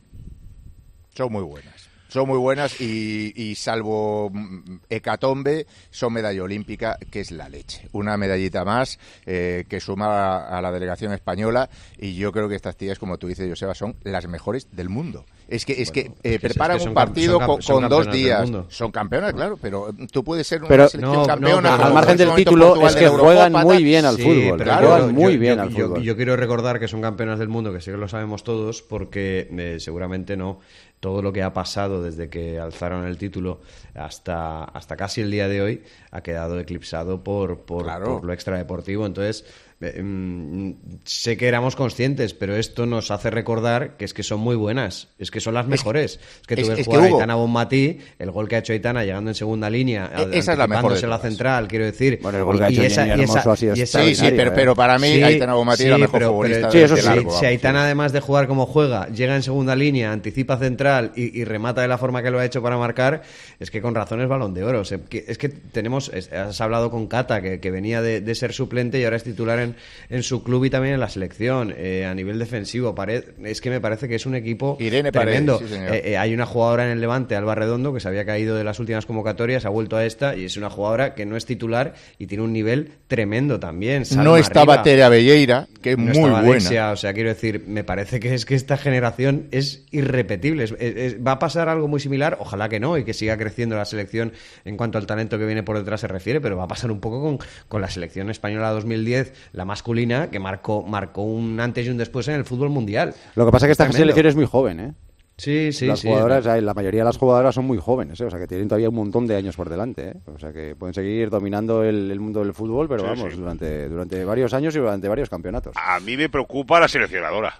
Speaker 6: Son muy buenas. Son muy buenas y, y salvo mm, hecatombe, son medalla olímpica, que es la leche. Una medallita más eh, que suma a, a la delegación española y yo creo que estas tías, como tú dices, Joseba, son las mejores del mundo. Es que, es que eh,
Speaker 15: es que
Speaker 6: preparan
Speaker 15: son
Speaker 6: un
Speaker 15: cam-
Speaker 6: partido
Speaker 15: son cam-
Speaker 6: con,
Speaker 15: son
Speaker 6: con dos
Speaker 15: campeonas del
Speaker 6: días.
Speaker 15: mundo.
Speaker 6: Son campeonas, claro, pero eh, tú puedes ser una
Speaker 5: Pero
Speaker 6: selección
Speaker 5: no, no,
Speaker 6: campeona.
Speaker 5: pero
Speaker 6: como
Speaker 5: al margen
Speaker 6: fue en
Speaker 5: del
Speaker 6: su momento
Speaker 5: título,
Speaker 6: Portugal
Speaker 5: es
Speaker 6: de
Speaker 5: que
Speaker 6: la Eurocopa,
Speaker 5: juegan muy
Speaker 6: tal.
Speaker 5: bien al fútbol, pero
Speaker 6: claro,
Speaker 5: juegan muy
Speaker 15: yo-
Speaker 5: bien
Speaker 15: yo-
Speaker 5: al
Speaker 15: yo-
Speaker 5: fútbol.
Speaker 15: yo quiero recordar que son campeonas del mundo, que sí que lo sabemos todos, porque eh, seguramente no todo lo que ha pasado desde que alzaron el título hasta, hasta casi el día de hoy ha quedado eclipsado por, por,
Speaker 6: Claro.
Speaker 15: por lo extradeportivo. Entonces, eh, mm, sé que éramos conscientes, pero esto nos hace recordar que es que son muy buenas, es que son las mejores. Es que tú
Speaker 6: es-
Speaker 15: ves
Speaker 6: es que
Speaker 15: jugar a
Speaker 6: hubo-
Speaker 15: Aitana Bonmatí, el gol que ha hecho Aitana llegando en segunda línea,
Speaker 6: E- esa es la mejor de
Speaker 15: anticipándose la
Speaker 6: todas.
Speaker 15: central, quiero decir.
Speaker 5: el gol que ha hecho Jenny Hermoso ha sido
Speaker 6: Sí, sí, pero, pero para mí
Speaker 15: Sí,
Speaker 6: Aitana Bonmatí es
Speaker 15: sí,
Speaker 6: la mejor
Speaker 15: pero-
Speaker 6: futbolista
Speaker 15: pero-
Speaker 6: de,
Speaker 15: sí, eso
Speaker 6: de
Speaker 15: sí.
Speaker 6: largo,
Speaker 15: Si
Speaker 6: vamos.
Speaker 15: Aitana, además de jugar como juega, llega en segunda línea, anticipa central y, y remata de la forma que lo ha hecho para marcar, es que con razón es balón de oro. O sea, que- es que tenemos, es- has hablado con Cata, que, que venía de, de ser suplente y ahora es titular en, en su club y también en la selección. Eh, a nivel defensivo, pare- es que me parece que es un equipo
Speaker 6: Irene Paredes,
Speaker 15: tremendo.
Speaker 6: sí, señor.
Speaker 15: Eh, eh, hay una jugadora en el Levante, Alba Redondo, que se había caído de las últimas convocatorias, ha vuelto a esta y es una jugadora que no es titular y tiene un nivel tremendo también. Salma
Speaker 6: No estaba
Speaker 15: arriba.
Speaker 6: Terea Belleira, que es
Speaker 15: No
Speaker 6: muy
Speaker 15: estaba
Speaker 6: buena.
Speaker 15: Alexia, o sea, quiero decir, me parece que es que esta generación es irrepetible. Es- es- es- va a pasar algo muy similar, ojalá que no, y que siga creciendo la selección en cuanto al talento que viene por detrás se refiere, pero va a pasar un poco con, con la selección española 2010, la masculina, que marcó, marcó un antes y un después en el fútbol mundial.
Speaker 5: Lo que pasa es que esta
Speaker 15: Tremendo.
Speaker 5: selección es muy joven, ¿eh?
Speaker 15: Sí, sí,
Speaker 5: las
Speaker 15: sí.
Speaker 5: jugadoras, o sea, la mayoría de las jugadoras son muy jóvenes, ¿eh? o sea que tienen todavía un montón de años por delante, ¿eh? o sea que pueden seguir dominando el, el mundo del fútbol, pero
Speaker 7: Sí,
Speaker 5: vamos,
Speaker 7: sí. Ah,
Speaker 5: Durante, durante varios años y durante varios campeonatos.
Speaker 7: A mí me preocupa la seleccionadora.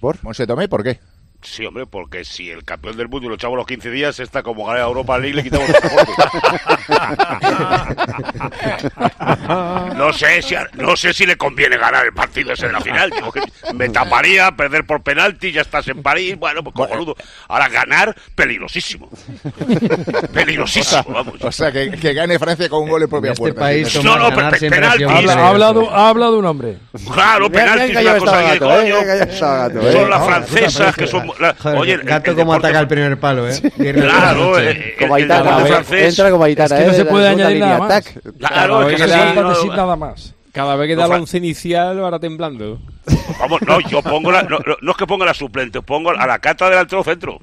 Speaker 5: ¿Por?
Speaker 6: Monse Tomé, ¿por qué?
Speaker 7: Sí, hombre, porque si el campeón del mundo y lo echamos los 15 días, está como gana Europa League le quitamos los pasaporte. no, sé si, a- no sé si le conviene ganar el partido ese de la final. Digo que me taparía, perder por penalti, ya estás en París. Bueno, pues cojonudo. Ahora ganar, peligrosísimo. Peligrosísimo, vamos.
Speaker 6: O sea, que, que gane Francia con un gol en propia
Speaker 15: En este
Speaker 6: puerta.
Speaker 15: país,
Speaker 7: No, no,
Speaker 15: ganar
Speaker 7: pe-
Speaker 15: siempre ha sido
Speaker 17: Ha
Speaker 7: penaltis.
Speaker 15: un placer.
Speaker 17: hablado, ha hablado un hombre.
Speaker 7: Claro,
Speaker 5: Mira,
Speaker 7: penalti
Speaker 5: mira
Speaker 7: es
Speaker 5: que
Speaker 7: una
Speaker 5: yo
Speaker 7: cosa
Speaker 5: estaba
Speaker 7: que
Speaker 5: gato,
Speaker 7: coño,
Speaker 5: ¿eh? Mira que yo estaba gato, ¿eh?
Speaker 7: son las
Speaker 5: Ahora,
Speaker 7: francesas que son... la-
Speaker 15: Joder,
Speaker 7: oye, el-
Speaker 15: gato
Speaker 7: el
Speaker 15: como
Speaker 7: deporte-
Speaker 15: ataca el primer palo, ¿eh? Pierde
Speaker 7: Claro,
Speaker 15: mucho.
Speaker 7: eh, eh,
Speaker 5: Como
Speaker 7: el
Speaker 5: Aitana,
Speaker 7: deporte
Speaker 5: ¿eh?
Speaker 7: francés-
Speaker 5: entra como Aitana,
Speaker 17: Es que no
Speaker 5: ¿eh?
Speaker 17: se
Speaker 5: De
Speaker 17: puede
Speaker 5: la segunda
Speaker 17: añadir
Speaker 5: línea,
Speaker 17: nada más.
Speaker 5: tac.
Speaker 7: Claro,
Speaker 14: Cada
Speaker 7: es
Speaker 14: vez
Speaker 7: que
Speaker 14: que
Speaker 7: sí,
Speaker 14: da-
Speaker 7: no,
Speaker 17: Sin nada más.
Speaker 14: Cada vez que da
Speaker 7: Los
Speaker 14: el
Speaker 7: fran-
Speaker 14: once inicial, ahora temblando.
Speaker 7: Vamos, no, yo pongo la, no, no- no es que ponga la suplente, pongo a la cata delantero centro.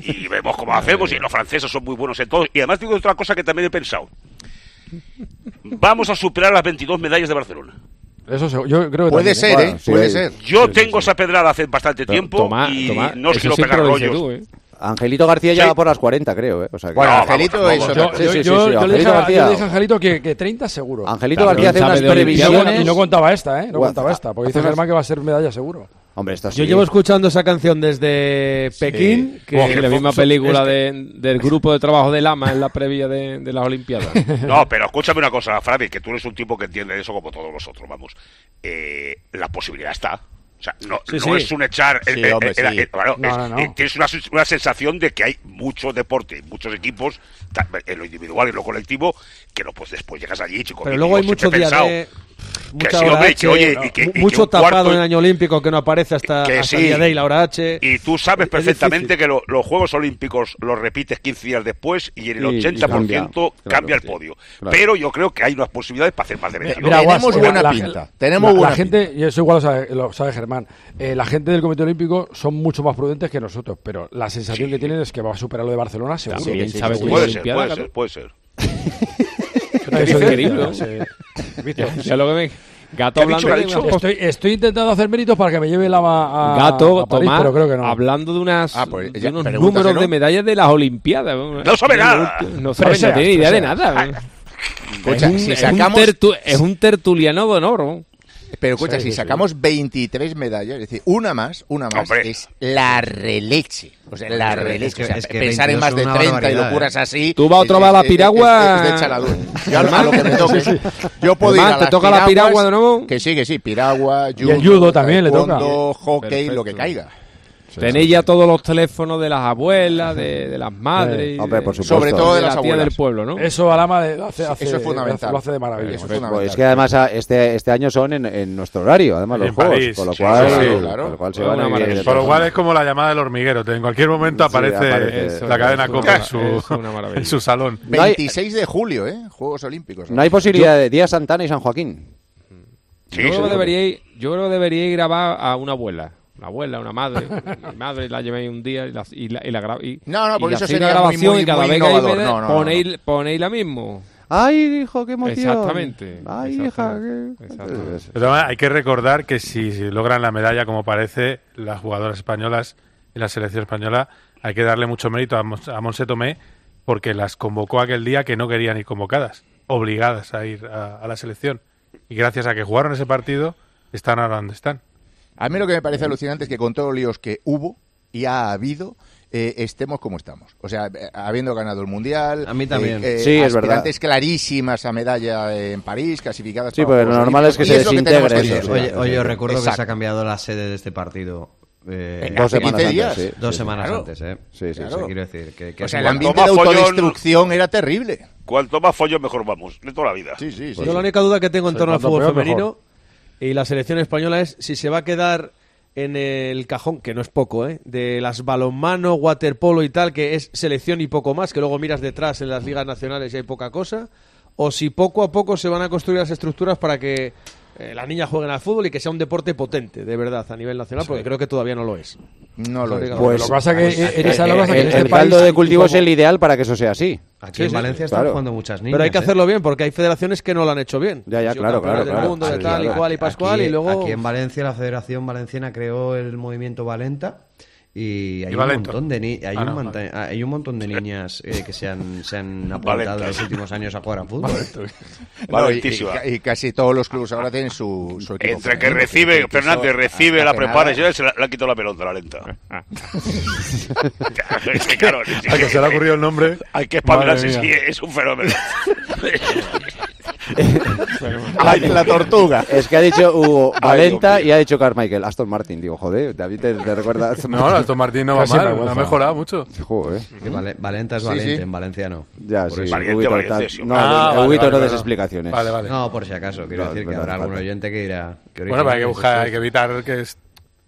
Speaker 7: Y vemos cómo hacemos, y los franceses son muy buenos en todo. Y además digo otra cosa que también he pensado. Vamos a superar las 22 medallas de Barcelona.
Speaker 17: Eso se- yo creo que también,
Speaker 6: Puede ser,
Speaker 17: Bueno,
Speaker 6: ¿eh?
Speaker 17: sí,
Speaker 6: Puede
Speaker 17: sí.
Speaker 6: ser.
Speaker 7: Yo tengo esa pedrada hace bastante
Speaker 14: Pero
Speaker 7: tiempo
Speaker 14: Tomás,
Speaker 7: y
Speaker 14: Tomás,
Speaker 7: no os
Speaker 14: eso
Speaker 7: quiero
Speaker 14: siempre
Speaker 7: pegar
Speaker 14: lo dices
Speaker 7: rollos.
Speaker 14: tú, ¿eh?
Speaker 5: Angelito García ya
Speaker 7: Sí.
Speaker 5: va por las 40, creo, ¿eh? O sea que-
Speaker 6: Bueno,
Speaker 7: No,
Speaker 6: Angelito
Speaker 7: vamos,
Speaker 6: es
Speaker 7: vamos,
Speaker 6: otra
Speaker 17: Yo,
Speaker 6: cosa.
Speaker 5: Sí, sí,
Speaker 17: yo- yo-
Speaker 5: sí, sí,
Speaker 17: yo le, dije,
Speaker 5: Angelito
Speaker 17: a-
Speaker 5: García.
Speaker 17: yo le dije a Angelito que, que 30 seguro.
Speaker 5: Angelito
Speaker 14: Claro,
Speaker 5: García hace
Speaker 14: sabe
Speaker 5: unas
Speaker 14: de Olimpiadas.
Speaker 5: previsiones...
Speaker 14: millones.
Speaker 17: Y no contaba esta, ¿eh? No
Speaker 5: Guau,
Speaker 17: contaba esta, porque dice
Speaker 5: hace unas-
Speaker 17: Germán que va a ser medalla seguro.
Speaker 5: Hombre, esto
Speaker 16: Yo
Speaker 5: sí.
Speaker 16: llevo escuchando esa canción desde Pekín, Eh, que este-
Speaker 14: Ojo,
Speaker 16: la misma
Speaker 14: so-
Speaker 16: película
Speaker 14: es
Speaker 16: de- del grupo de trabajo de Lama en la previa de, de las Olimpiadas.
Speaker 7: No, pero escúchame una cosa, Fran, que tú eres un tipo que entiende eso como todos nosotros, vamos. Eh, la posibilidad está. O sea, no,
Speaker 14: Sí,
Speaker 7: no
Speaker 14: sí.
Speaker 7: es un echar. eh,
Speaker 14: Sí,
Speaker 7: eh,
Speaker 14: hombre,
Speaker 7: eh, era-
Speaker 14: sí.
Speaker 7: eh, bueno,
Speaker 14: No,
Speaker 7: es-
Speaker 14: no, no.
Speaker 7: eh, tienes una, sus- una sensación de que hay mucho deporte, muchos equipos, ta- en lo individual y en lo colectivo, que no, pues después llegas allí, chicos.
Speaker 16: Pero
Speaker 7: y
Speaker 16: luego
Speaker 7: yo
Speaker 16: hay
Speaker 7: siempre
Speaker 16: mucho
Speaker 7: he
Speaker 16: día
Speaker 7: pensado
Speaker 16: de... eh,
Speaker 7: que
Speaker 16: Mucha
Speaker 7: sí,
Speaker 16: hora
Speaker 7: hombre, y
Speaker 16: H,
Speaker 7: que, oye, y que- y que
Speaker 16: mucho
Speaker 7: un cuarto-
Speaker 16: tapado en el año olímpico que no aparece hasta,
Speaker 7: Que
Speaker 16: hasta
Speaker 7: sí.
Speaker 16: el día de hoy, la hora H.
Speaker 7: Y tú sabes
Speaker 16: Es
Speaker 7: perfectamente
Speaker 16: difícil.
Speaker 7: que lo- los Juegos Olímpicos los repites 15 días después y en el
Speaker 16: Y- y
Speaker 7: 80% cambia,
Speaker 16: cambia, claro,
Speaker 7: el podio. Pero yo creo que hay unas posibilidades para hacer más de 22.
Speaker 17: Guas, la- la- la, la gente, y eso igual lo sabe, lo sabe Germán, eh, la gente del Comité Olímpico son mucho más prudentes que nosotros, pero la sensación que tienen es que va a superar lo de Barcelona seguro.
Speaker 7: También
Speaker 17: Sí,
Speaker 7: sabe
Speaker 17: seguro.
Speaker 7: que Puede la ser, Olimpiada, puede claro. puede ser.
Speaker 17: Eso eh,
Speaker 14: dice
Speaker 17: dice,
Speaker 14: querido?
Speaker 17: no sé.
Speaker 14: Ya- ya lo que ven. Gato
Speaker 17: ¿Qué ha
Speaker 14: hablando
Speaker 17: dicho?
Speaker 14: de una
Speaker 17: Estoy, estoy intentando hacer méritos para que me lleve la a,
Speaker 14: Gato,
Speaker 17: Ah, a París,
Speaker 14: Tomás,
Speaker 17: pero creo que no.
Speaker 14: hablando de, unas,
Speaker 17: Ah, pues,
Speaker 14: de
Speaker 17: ya,
Speaker 14: unos
Speaker 17: pregúntaselo.
Speaker 14: números de medallas de las Olimpiadas.
Speaker 17: No sabe nada.
Speaker 14: No sabe,
Speaker 17: Presea,
Speaker 14: no tiene ni idea de
Speaker 17: presea.
Speaker 14: nada.
Speaker 6: Escucha,
Speaker 14: es, un,
Speaker 6: si
Speaker 14: es un
Speaker 6: sacamos-
Speaker 14: tertu- es un tertuliano de honor. ¿no?
Speaker 6: Pero escucha,
Speaker 14: Sí,
Speaker 6: si
Speaker 14: sí,
Speaker 6: sacamos 23 medallas, es decir, una más, una más,
Speaker 14: Hombre.
Speaker 6: es la releche. O sea, la
Speaker 14: Hombre,
Speaker 6: releche.
Speaker 14: es que-
Speaker 6: o sea,
Speaker 14: es que
Speaker 6: pensar
Speaker 14: 22
Speaker 6: en más de
Speaker 14: es una
Speaker 6: 30 y
Speaker 14: barbaridad,
Speaker 6: locuras
Speaker 14: ¿eh?
Speaker 6: así.
Speaker 14: Tú vas
Speaker 6: es-
Speaker 14: otra vez a la
Speaker 6: es- es-
Speaker 14: piragua.
Speaker 6: Es, es de chaladura. Yo a lo- a lo que me toque.
Speaker 14: Sí, sí.
Speaker 6: Yo puedo ir
Speaker 14: Germán,
Speaker 6: a
Speaker 14: ¿te
Speaker 6: las
Speaker 14: toca la piragua de
Speaker 6: piraguas, Que sí, que sí. Piragua,
Speaker 14: el
Speaker 6: judo.
Speaker 14: judo también le toca.
Speaker 6: taekwondo, hockey, lo que
Speaker 14: Perfecto.
Speaker 6: caiga.
Speaker 14: Tenéis ya todos los teléfonos de las abuelas, de, de las madres. y
Speaker 5: Hombre,
Speaker 14: de-
Speaker 5: por supuesto. Sobre todo de
Speaker 14: la
Speaker 5: las
Speaker 14: tía
Speaker 5: abuelas.
Speaker 14: del pueblo, ¿no?
Speaker 17: Eso Alama de- lo hace,
Speaker 6: Eso
Speaker 17: hace-
Speaker 6: es fundamental.
Speaker 17: Lo hace de maravilla.
Speaker 6: Eso es
Speaker 5: Pues,
Speaker 6: fundamental.
Speaker 5: pues es que además a- este, este año son en, en nuestro horario, además los
Speaker 13: En
Speaker 5: juegos,
Speaker 13: París,
Speaker 5: con lo
Speaker 13: sí,
Speaker 5: cual,
Speaker 13: sí, sí.
Speaker 5: con lo cual se
Speaker 13: Claro.
Speaker 5: van a ir-
Speaker 13: Con lo cual es como la llamada del hormiguero. En cualquier momento aparece,
Speaker 5: aparece. Eso
Speaker 13: la
Speaker 5: es,
Speaker 13: cadena
Speaker 5: es
Speaker 13: Copa en
Speaker 5: una-
Speaker 13: su,
Speaker 5: es una maravilla.
Speaker 13: en su salón.
Speaker 5: No hay-
Speaker 6: 26 de julio, ¿eh? Juegos Olímpicos.
Speaker 5: No hay posibilidad de Día Santana y San Joaquín.
Speaker 14: yo, creo que deberíais, yo creo que deberíais grabar a una abuela. Una abuela, una madre. Mi madre la llevéis un día y la, y la, y la gra- y-
Speaker 6: No, no,
Speaker 14: y
Speaker 6: porque eso
Speaker 14: hacéis una
Speaker 6: sería muy,
Speaker 14: grabación
Speaker 6: muy,
Speaker 14: y cada
Speaker 6: muy
Speaker 14: vez que hay
Speaker 6: innovador.
Speaker 14: medalla,
Speaker 6: No, no, no, no.
Speaker 14: ponéis, ponéis la mismo.
Speaker 5: ¡Ay, hijo, qué emoción!
Speaker 14: Exactamente.
Speaker 5: ¡Ay, hija! qué-
Speaker 6: Eh,
Speaker 13: Pero además hay que recordar que si, si logran la medalla, como parece, las jugadoras españolas y la selección española, hay que darle mucho mérito a, Mons- a Monse Tomé porque las convocó aquel día que no querían ir convocadas, obligadas a ir a, a la selección. Y gracias a que jugaron ese partido, están ahora donde están.
Speaker 6: A mí lo que me parece alucinante es que con todos los líos que hubo y ha habido, eh, estemos como estamos. O sea, eh, habiendo ganado el Mundial. A mí
Speaker 5: también. Sí, es verdad.
Speaker 6: clarísimas a medalla en París, clasificadas.
Speaker 5: Sí,
Speaker 6: para
Speaker 5: porque lo
Speaker 6: Juegos
Speaker 5: normal es que
Speaker 6: Olímpicos,
Speaker 5: se
Speaker 6: y es lo tenemos
Speaker 5: desintegre
Speaker 6: que
Speaker 5: eso,
Speaker 6: hacer.
Speaker 5: sí.
Speaker 15: Oye, oye, os recuerdo que
Speaker 6: Exacto.
Speaker 15: se ha cambiado la sede de este partido. eh,
Speaker 6: En hace 15 días.
Speaker 15: Dos
Speaker 6: Sí, sí,
Speaker 15: semanas
Speaker 6: claro.
Speaker 15: antes, ¿eh?
Speaker 5: Sí,
Speaker 7: sí,
Speaker 15: O sea,
Speaker 7: sí.
Speaker 15: quiero decir que... que
Speaker 6: O
Speaker 15: es
Speaker 6: sea, el
Speaker 15: un-
Speaker 6: ambiente de
Speaker 7: Toma follón.
Speaker 6: autodestrucción era terrible.
Speaker 7: Cuanto más follo, mejor vamos. De toda la vida. Pues Sí,
Speaker 6: sí,
Speaker 16: Pues Yo la única duda que tengo en
Speaker 17: Sí,
Speaker 16: torno al
Speaker 17: cuanto
Speaker 16: fútbol
Speaker 17: peor,
Speaker 16: femenino
Speaker 17: mejor.
Speaker 16: y la selección española es si se va a quedar en el cajón, que no es poco, ¿eh? de las balonmano, waterpolo y tal, que es selección y poco más, que luego miras detrás en las ligas nacionales y hay poca cosa, o si poco a poco se van a construir las estructuras para que eh, las niñas jueguen al fútbol y que sea un deporte potente, de verdad, a nivel nacional, porque creo que todavía no lo es.
Speaker 6: No lo es.
Speaker 5: Pues,
Speaker 16: Lo que pasa que, eh,
Speaker 5: el,
Speaker 16: eres a la cosa que en
Speaker 5: el-
Speaker 16: este
Speaker 5: el
Speaker 16: país-
Speaker 5: caldo de cultivo
Speaker 16: y
Speaker 5: es
Speaker 16: como-
Speaker 5: el ideal para que eso sea así.
Speaker 16: Sí, sí,
Speaker 5: Claro.
Speaker 16: Pero hay
Speaker 15: ¿eh?
Speaker 16: que hacerlo bien, porque hay federaciones que no lo han hecho bien.
Speaker 5: Ya, ya,
Speaker 16: Han sido
Speaker 5: claro,
Speaker 16: campeonas
Speaker 5: claro,
Speaker 16: del
Speaker 5: claro.
Speaker 16: mundo, de
Speaker 5: Sí,
Speaker 16: tal,
Speaker 5: claro.
Speaker 16: y cual, y pascual,
Speaker 15: aquí-
Speaker 16: y luego...
Speaker 15: Aquí en Valencia la Federación Valenciana creó el movimiento Valenta y hay un
Speaker 16: Valento.
Speaker 15: montón de ni- hay,
Speaker 16: Ah,
Speaker 15: un
Speaker 16: no,
Speaker 15: monta- ah, hay un montón de niñas eh, que se han, se han apuntado
Speaker 6: Valenta.
Speaker 15: en los últimos años a jugar a fútbol.
Speaker 6: No, y- y, y casi todos los clubes ahora tienen su, su equipo.
Speaker 7: Entre que
Speaker 6: femenino,
Speaker 7: recibe,
Speaker 6: eso-
Speaker 7: Fernández
Speaker 6: hace
Speaker 7: recibe, la
Speaker 6: nada.
Speaker 7: prepara y se la, le ha quitado la pelota, la lenta. es que claro, es
Speaker 13: A que se le ha ocurrido el nombre.
Speaker 7: Hay que
Speaker 13: espabilarse,
Speaker 7: espabilarse, sí, es un fenómeno.
Speaker 6: La, la tortuga.
Speaker 5: Es que ha dicho Hugo
Speaker 13: Ay,
Speaker 5: Valenta y ha dicho Carmichael. Aston Martin, digo, joder, David te, te recuerdas.
Speaker 13: No, Aston Martin no va Casi mal, vergüenza. ha mejorado mucho.
Speaker 5: Joder.
Speaker 15: Que Vale- Valenta es
Speaker 5: ¿Mm? Sí,
Speaker 15: Valente,
Speaker 5: sí.
Speaker 15: en Valencia no.
Speaker 5: Ya,
Speaker 15: Por
Speaker 5: sí. Ah,
Speaker 15: eso.
Speaker 5: Huguito, tal- No,
Speaker 15: Ah,
Speaker 5: Huguito no des explicaciones.
Speaker 15: No, por si acaso. Quiero
Speaker 5: No,
Speaker 15: decir que
Speaker 5: verdad,
Speaker 15: habrá algún
Speaker 5: falta.
Speaker 15: oyente que dirá... que
Speaker 13: Bueno, pero hay que
Speaker 15: original es
Speaker 13: buscar,
Speaker 15: esto.
Speaker 13: hay que evitar que, es-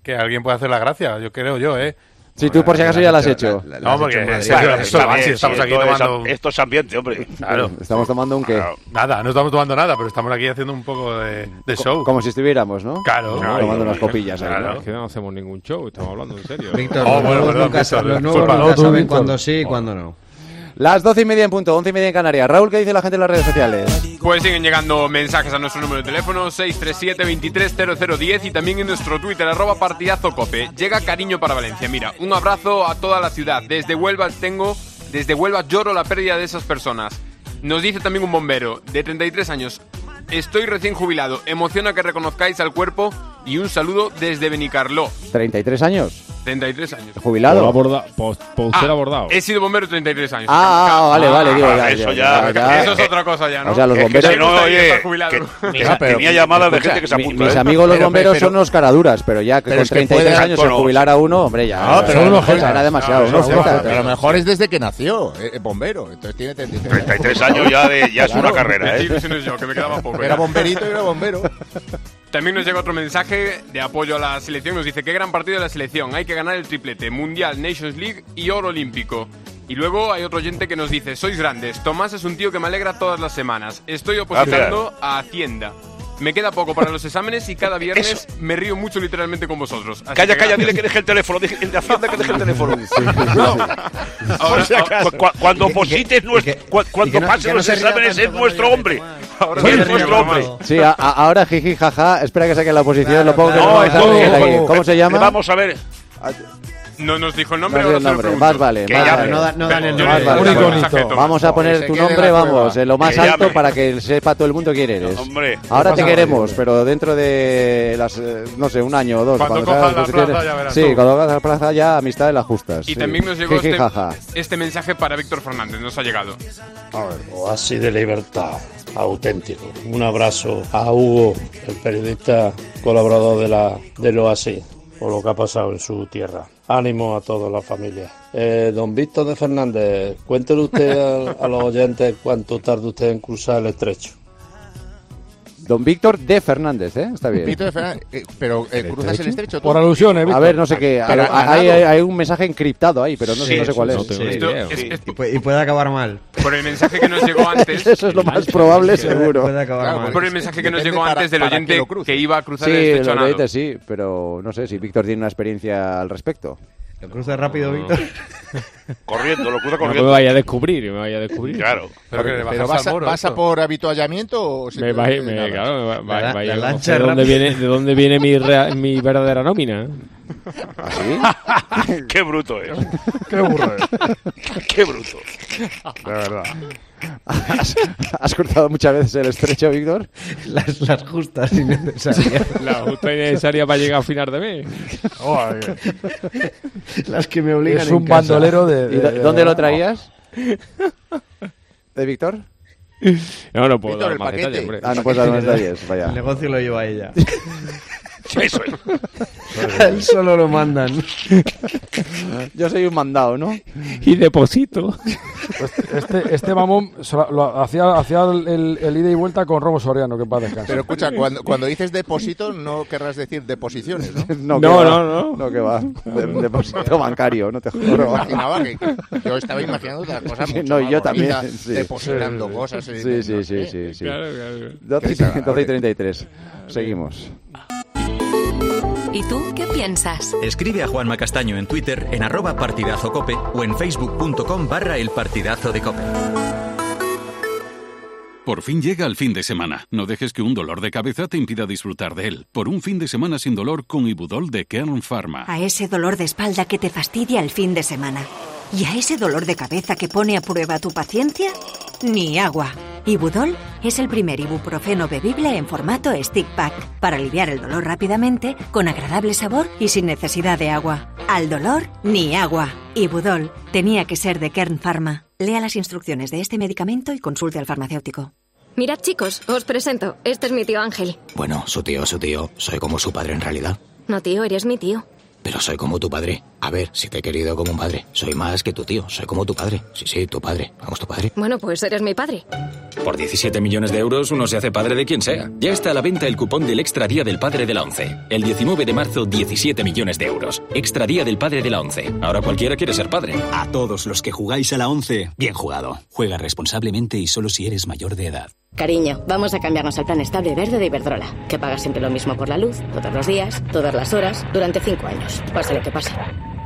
Speaker 13: que alguien pueda hacer la gracia, yo creo yo, ¿eh?
Speaker 5: Sí, tú por si acaso ya la has hecho.
Speaker 13: No, porque
Speaker 5: Claro,
Speaker 13: es- eso
Speaker 5: está
Speaker 13: va,
Speaker 5: bien,
Speaker 13: sí, estamos
Speaker 5: sí,
Speaker 13: aquí
Speaker 5: esto es-
Speaker 13: tomando...
Speaker 7: Esto es ambiente, hombre.
Speaker 13: Claro.
Speaker 5: Estamos tomando un qué.
Speaker 13: Nada, no estamos tomando nada, pero estamos aquí haciendo un poco de, de show.
Speaker 5: Como si estuviéramos, ¿no?
Speaker 13: Claro.
Speaker 5: Tomando
Speaker 13: Claro.
Speaker 5: unas copillas ahí,
Speaker 13: Claro.
Speaker 5: ¿no?
Speaker 14: Que no hacemos ningún show, estamos hablando en serio.
Speaker 15: Víctor, los
Speaker 5: Oh,
Speaker 15: nuevos nunca, sa- los nuevos nunca
Speaker 14: Oh,
Speaker 15: saben cuándo sí y cuándo no.
Speaker 5: Las doce y media en punto, once y media en Canarias. Raúl, ¿qué dice la gente en las redes sociales?
Speaker 18: Pues siguen llegando mensajes a nuestro número de teléfono 637-230010 y también en nuestro Twitter, arroba partidazo cope. Llega cariño para Valencia. Mira, un abrazo a toda la ciudad. Desde Huelva tengo, desde Huelva lloro la pérdida de esas personas. Nos dice también un bombero de 33 años. Estoy recién jubilado. Emociona que reconozcáis al cuerpo y un saludo desde Benicarló.
Speaker 5: 33 años.
Speaker 18: 33 años.
Speaker 5: Jubilado.
Speaker 14: Por aborda- por- por
Speaker 18: Ah,
Speaker 14: ser abordado.
Speaker 18: He sido bombero 33 años.
Speaker 5: Ah, ah, vale, vale, digo,
Speaker 18: Ah,
Speaker 5: ya,
Speaker 18: eso
Speaker 5: ya,
Speaker 18: ya,
Speaker 5: ya, ya.
Speaker 18: Eso es otra cosa ya, ¿no?
Speaker 5: O sea, los
Speaker 18: Es que
Speaker 5: bomberos-
Speaker 18: si no, oye,
Speaker 5: Estar
Speaker 18: que-
Speaker 5: Mira,
Speaker 18: que
Speaker 5: pero-
Speaker 18: tenía llamadas de
Speaker 5: escucha,
Speaker 18: gente que se
Speaker 5: Pues mi-
Speaker 18: apuntó.
Speaker 5: mis
Speaker 18: ¿eh?
Speaker 5: amigos los
Speaker 18: Pero-
Speaker 5: bomberos
Speaker 18: pero-
Speaker 5: son unos caraduras, pero ya que
Speaker 6: pero
Speaker 5: con
Speaker 6: es que
Speaker 5: 33
Speaker 6: puede-
Speaker 5: años el
Speaker 6: bueno,
Speaker 5: jubilar a uno, hombre, ya.
Speaker 6: No,
Speaker 5: ya,
Speaker 6: Ah, pero
Speaker 5: ya,
Speaker 6: unos
Speaker 5: ya
Speaker 6: jetas.
Speaker 5: era demasiado.
Speaker 6: No, no,
Speaker 5: unos jetas,
Speaker 6: pero a lo
Speaker 5: pero-
Speaker 6: mejor es desde que nació, es bombero. Entonces tiene 33 años.
Speaker 7: 33 años ya de- ya es una carrera, ¿eh?
Speaker 18: Qué ilusiones yo, que me quedaba poco.
Speaker 6: Era
Speaker 18: ya.
Speaker 6: bomberito y era bombero.
Speaker 18: También nos llega otro mensaje de apoyo a la selección. Nos dice, qué gran partido de la selección. Hay que ganar el triplete, Mundial, Nations League y Oro Olímpico. Y luego hay otro oyente que nos dice, sois grandes. Tomás es un tío que me alegra todas las semanas. Estoy
Speaker 7: Ah,
Speaker 18: opositando a Hacienda. Me queda poco para los exámenes y cada viernes me río mucho literalmente con vosotros. Así
Speaker 7: Calla,
Speaker 18: que
Speaker 7: calla,
Speaker 18: gracias".
Speaker 7: dile que deje el teléfono. dile- El de Hacienda que deje el teléfono. Ahora,
Speaker 18: Por si acaso.
Speaker 7: cu- cu- cuando posites nuestro, cu- cuando
Speaker 18: no-
Speaker 7: pasen
Speaker 18: que no
Speaker 7: los
Speaker 18: se ría
Speaker 7: exámenes, es nuestro hombre. Ahora
Speaker 5: Sí,
Speaker 7: es
Speaker 5: sí,
Speaker 7: nuestro
Speaker 5: sí,
Speaker 7: hombre.
Speaker 5: Sí,
Speaker 18: ah.
Speaker 5: a- a- ahora jiji, jaja. Espera que saque la oposición. Lo pongo que
Speaker 7: claro.
Speaker 5: lo
Speaker 7: No,
Speaker 5: vamos a
Speaker 7: entonces,
Speaker 5: hacer aquí.
Speaker 7: ¿cómo-
Speaker 5: ¿Cómo se
Speaker 18: eh,
Speaker 5: llama?
Speaker 7: Vamos a ver.
Speaker 18: No nos dijo el nombre,
Speaker 5: No
Speaker 18: ahora
Speaker 5: el
Speaker 18: se lo
Speaker 5: nombre.
Speaker 18: pregunto.
Speaker 5: Más vale,
Speaker 18: Que
Speaker 5: más
Speaker 18: llame.
Speaker 5: vale.
Speaker 18: Yo le-
Speaker 5: Más
Speaker 18: yo
Speaker 5: vale.
Speaker 18: le-
Speaker 5: Bueno,
Speaker 18: un mensaje, Tomás.
Speaker 5: Vamos a poner tu nombre, vamos, en lo más
Speaker 18: Que
Speaker 5: alto
Speaker 18: llame.
Speaker 5: para que sepa todo el mundo quién eres.
Speaker 18: Hombre.
Speaker 5: Ahora te
Speaker 18: Pasa
Speaker 5: queremos, pero dentro de las, eh, no sé, un año o dos.
Speaker 18: Cuando
Speaker 5: sea
Speaker 18: cojas la
Speaker 5: oposiciones.
Speaker 18: plaza ya verás
Speaker 5: Sí,
Speaker 18: tú.
Speaker 5: cuando cojas la plaza ya amistad de las justas.
Speaker 18: Y
Speaker 5: sí.
Speaker 18: también nos llegó
Speaker 5: Jiji,
Speaker 18: este,
Speaker 5: jaja.
Speaker 18: este mensaje para Víctor Fernández, nos ha llegado.
Speaker 19: Oasis de libertad, auténtico. Un abrazo a Hugo, el periodista colaborador de la, del Oasis, por lo que ha pasado en su tierra. Ánimo a toda la familia. Eh, don Víctor de Fernández, cuéntele usted a, a los oyentes cuánto tarda usted en cruzar el estrecho.
Speaker 5: Don Víctor de Fernández, ¿eh? Está bien.
Speaker 6: Víctor de Fernández, eh, pero eh, cruzas el estrecho tú.
Speaker 5: A ver, no sé qué.
Speaker 6: Pero
Speaker 5: hay-
Speaker 6: ganado.
Speaker 5: hay, hay un mensaje encriptado ahí, pero no, sé- no sé cuál es.
Speaker 15: Y, pu- y puede acabar mal.
Speaker 18: Por el mensaje que nos llegó antes.
Speaker 5: Eso es lo más probable, seguro.
Speaker 15: Puede acabar mal.
Speaker 18: Por el mensaje que nos
Speaker 6: Depende
Speaker 18: llegó
Speaker 6: para-
Speaker 18: antes del
Speaker 6: para
Speaker 18: oyente
Speaker 6: que lo
Speaker 18: que iba a cruzar este
Speaker 5: Sí,
Speaker 18: el
Speaker 5: lo
Speaker 18: estrecho a nado.
Speaker 5: veréis, sí, pero no sé si Víctor tiene una experiencia al respecto.
Speaker 15: Lo cruza rápido, Víctor.
Speaker 7: Corriendo, lo cruza
Speaker 14: No
Speaker 7: corriendo.
Speaker 14: me vaya a descubrir, me vaya a descubrir.
Speaker 7: Claro.
Speaker 6: Pero, vas, a, vas a por habituallamiento o si
Speaker 14: Me
Speaker 6: te-
Speaker 14: va,
Speaker 6: nada?
Speaker 14: me, claro, me va,
Speaker 6: La-
Speaker 14: va-
Speaker 6: la
Speaker 14: va-
Speaker 6: lancha
Speaker 14: ¿de, dónde
Speaker 6: rápida.
Speaker 14: viene, ¿De dónde viene mi, rea- mi verdadera nómina? ¿Ah,
Speaker 7: Qué bruto es.
Speaker 14: Qué burro
Speaker 7: es. Qué bruto.
Speaker 5: De verdad. ¿Has, has cruzado muchas veces el estrecho, Víctor?
Speaker 15: Las, las justas innecesarias.
Speaker 14: La justa y necesaria para llegar a final de mes.
Speaker 15: Las que me obligan
Speaker 17: Es un
Speaker 15: en casa.
Speaker 17: bandolero de- de-
Speaker 5: ¿Y do-
Speaker 17: de-
Speaker 5: dónde lo
Speaker 17: no.
Speaker 5: traías? ¿De Víctor?
Speaker 14: No, no puedo
Speaker 5: Víctor,
Speaker 14: dar
Speaker 5: el
Speaker 14: más
Speaker 5: paquete.
Speaker 14: detalles, hombre.
Speaker 5: Ah, no puedes dar más detalles, vaya.
Speaker 15: El negocio lo lleva ella.
Speaker 7: Eso
Speaker 15: A él solo lo mandan.
Speaker 5: Yo soy un mandado, ¿no?
Speaker 14: Y deposito.
Speaker 17: Este, este mamón se lo- lo hacía, hacía el, el- el ida y vuelta con Robo Soriano, que en paz descanse.
Speaker 6: Pero escucha, cuando, cuando dices depósito no querrás decir deposiciones,
Speaker 5: No,
Speaker 6: ¿no?
Speaker 5: que va. No, que va. De- depósito bancario, no te
Speaker 6: Yo me
Speaker 5: juro.
Speaker 6: imaginaba que, yo estaba imaginando otras cosas
Speaker 5: Sí,
Speaker 6: mucho
Speaker 5: no,
Speaker 6: más
Speaker 5: yo también.
Speaker 6: bonitas,
Speaker 5: sí.
Speaker 6: depositando cosas. y- "Eh,
Speaker 5: Sí, sí,
Speaker 6: no
Speaker 5: sí,
Speaker 6: sé.
Speaker 5: sí. sí.
Speaker 6: Claro, claro.
Speaker 5: 12
Speaker 6: Qué desagradable.
Speaker 5: 12 y 33. Seguimos.
Speaker 2: ¿Y tú qué piensas?
Speaker 3: Escribe a Juanma Castaño en Twitter, en arroba partidazo cope o en facebook.com barra el partidazo de cope.
Speaker 20: Por fin llega el fin de semana. No dejes que un dolor de cabeza te impida disfrutar de él. Por un fin de semana sin dolor con Ibudol de Kern Pharma.
Speaker 21: A ese dolor de espalda que te fastidia el fin de semana. Y a ese dolor de cabeza que pone a prueba tu paciencia, ni agua. Ibudol es el primer ibuprofeno bebible en formato stick pack para aliviar el dolor rápidamente, con agradable sabor y sin necesidad de agua. Al dolor, ni agua. Ibudol tenía que ser de Kern Pharma. Lea las instrucciones de este medicamento y consulte al farmacéutico.
Speaker 22: Mirad chicos, os presento. Este es mi tío Ángel.
Speaker 23: Bueno, su tío, su tío. Soy como su padre en realidad.
Speaker 22: No, tío, eres mi tío.
Speaker 23: Pero soy como tu padre. A ver, si te he querido como un padre. Soy más que tu tío. Soy como tu padre. Sí, sí, tu padre. Vamos, tu padre.
Speaker 22: Bueno, pues eres mi padre.
Speaker 24: Por 17 millones de euros uno se hace padre de quien sea. Ya está a la venta el cupón del Extra Día del Padre de la ONCE. El 19 de marzo, 17 millones de euros. Extra Día del Padre de la ONCE. Ahora cualquiera quiere ser padre.
Speaker 23: A todos los que jugáis a la 11, bien jugado. Juega responsablemente y solo si eres mayor de edad.
Speaker 25: Cariño, vamos a cambiarnos al plan estable verde de Iberdrola, que paga siempre lo mismo por la luz, todos los días, todas las horas, durante cinco años, pase lo que pase.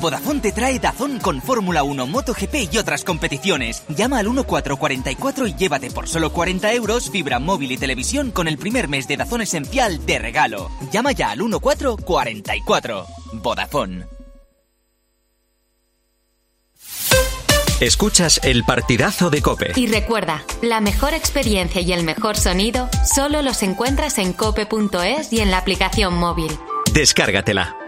Speaker 1: Vodafone te trae Dazón con Fórmula 1, MotoGP y otras competiciones. Llama al 1444 y llévate por solo 40 euros fibra móvil y televisión con el primer mes de Dazón Esencial de regalo. Llama ya al 1444. Vodafone.
Speaker 26: Escuchas el partidazo de Cope.
Speaker 3: Y recuerda, la mejor experiencia y el mejor sonido solo los encuentras en cope.es y en la aplicación móvil.
Speaker 26: Descárgatela.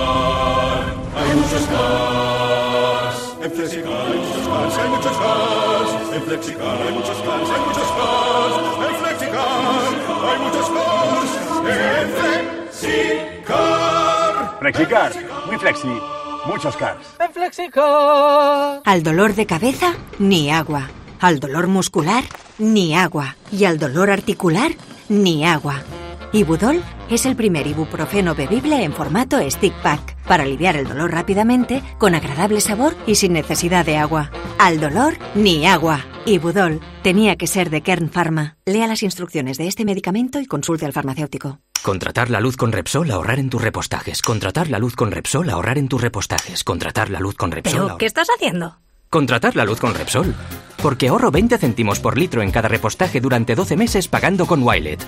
Speaker 4: Hay muchos cars. En Flexicar hay muchos cars, hay muchos cars. En Flexicar hay muchos cars, hay muchos cars. En Flexicar hay muchos cars. En Flexicar.
Speaker 27: Flexicar, muy flexi, muchos cars.
Speaker 7: En Flexicar.
Speaker 21: Al dolor de cabeza, ni agua. Al dolor muscular, ni agua. Y al dolor articular, ni agua. Ibudol es el primer ibuprofeno bebible en formato stick pack para aliviar el dolor rápidamente, con agradable sabor y sin necesidad de agua. Al dolor, ni agua. Ibudol tenía que ser de Kern Pharma. Lea las instrucciones de este medicamento y consulte al farmacéutico.
Speaker 28: Contratar la luz con Repsol, ahorrar en tus repostajes. Contratar la luz con Repsol, ahorrar en tus repostajes. Contratar la luz con Repsol.
Speaker 29: ¿Pero
Speaker 28: ahorrar-
Speaker 29: qué estás haciendo?
Speaker 28: Contratar la luz con Repsol. Porque ahorro 20 céntimos por litro en cada repostaje durante 12 meses pagando con Wilet.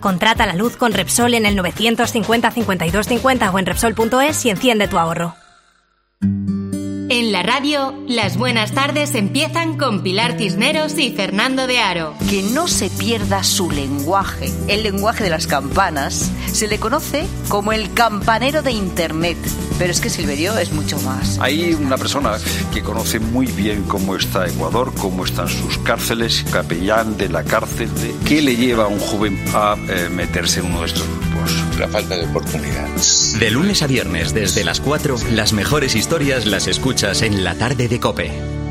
Speaker 29: Contrata la luz con Repsol en el 950-5250 o en Repsol.es y enciende tu ahorro.
Speaker 3: En la radio, las buenas tardes empiezan con Pilar Cisneros y Fernando de Aro.
Speaker 27: Que no se pierda su lenguaje, el lenguaje de las campanas, se le conoce como el campanero de Internet. Pero es que Silverio es mucho más.
Speaker 7: Hay una persona que conoce muy bien cómo está Ecuador, cómo están sus cárceles, capellán de la cárcel, de qué le lleva a un joven a eh, meterse en uno de estos grupos. La falta de oportunidades.
Speaker 26: De lunes a viernes desde las 4, las mejores historias las escuchas en la tarde de Cope.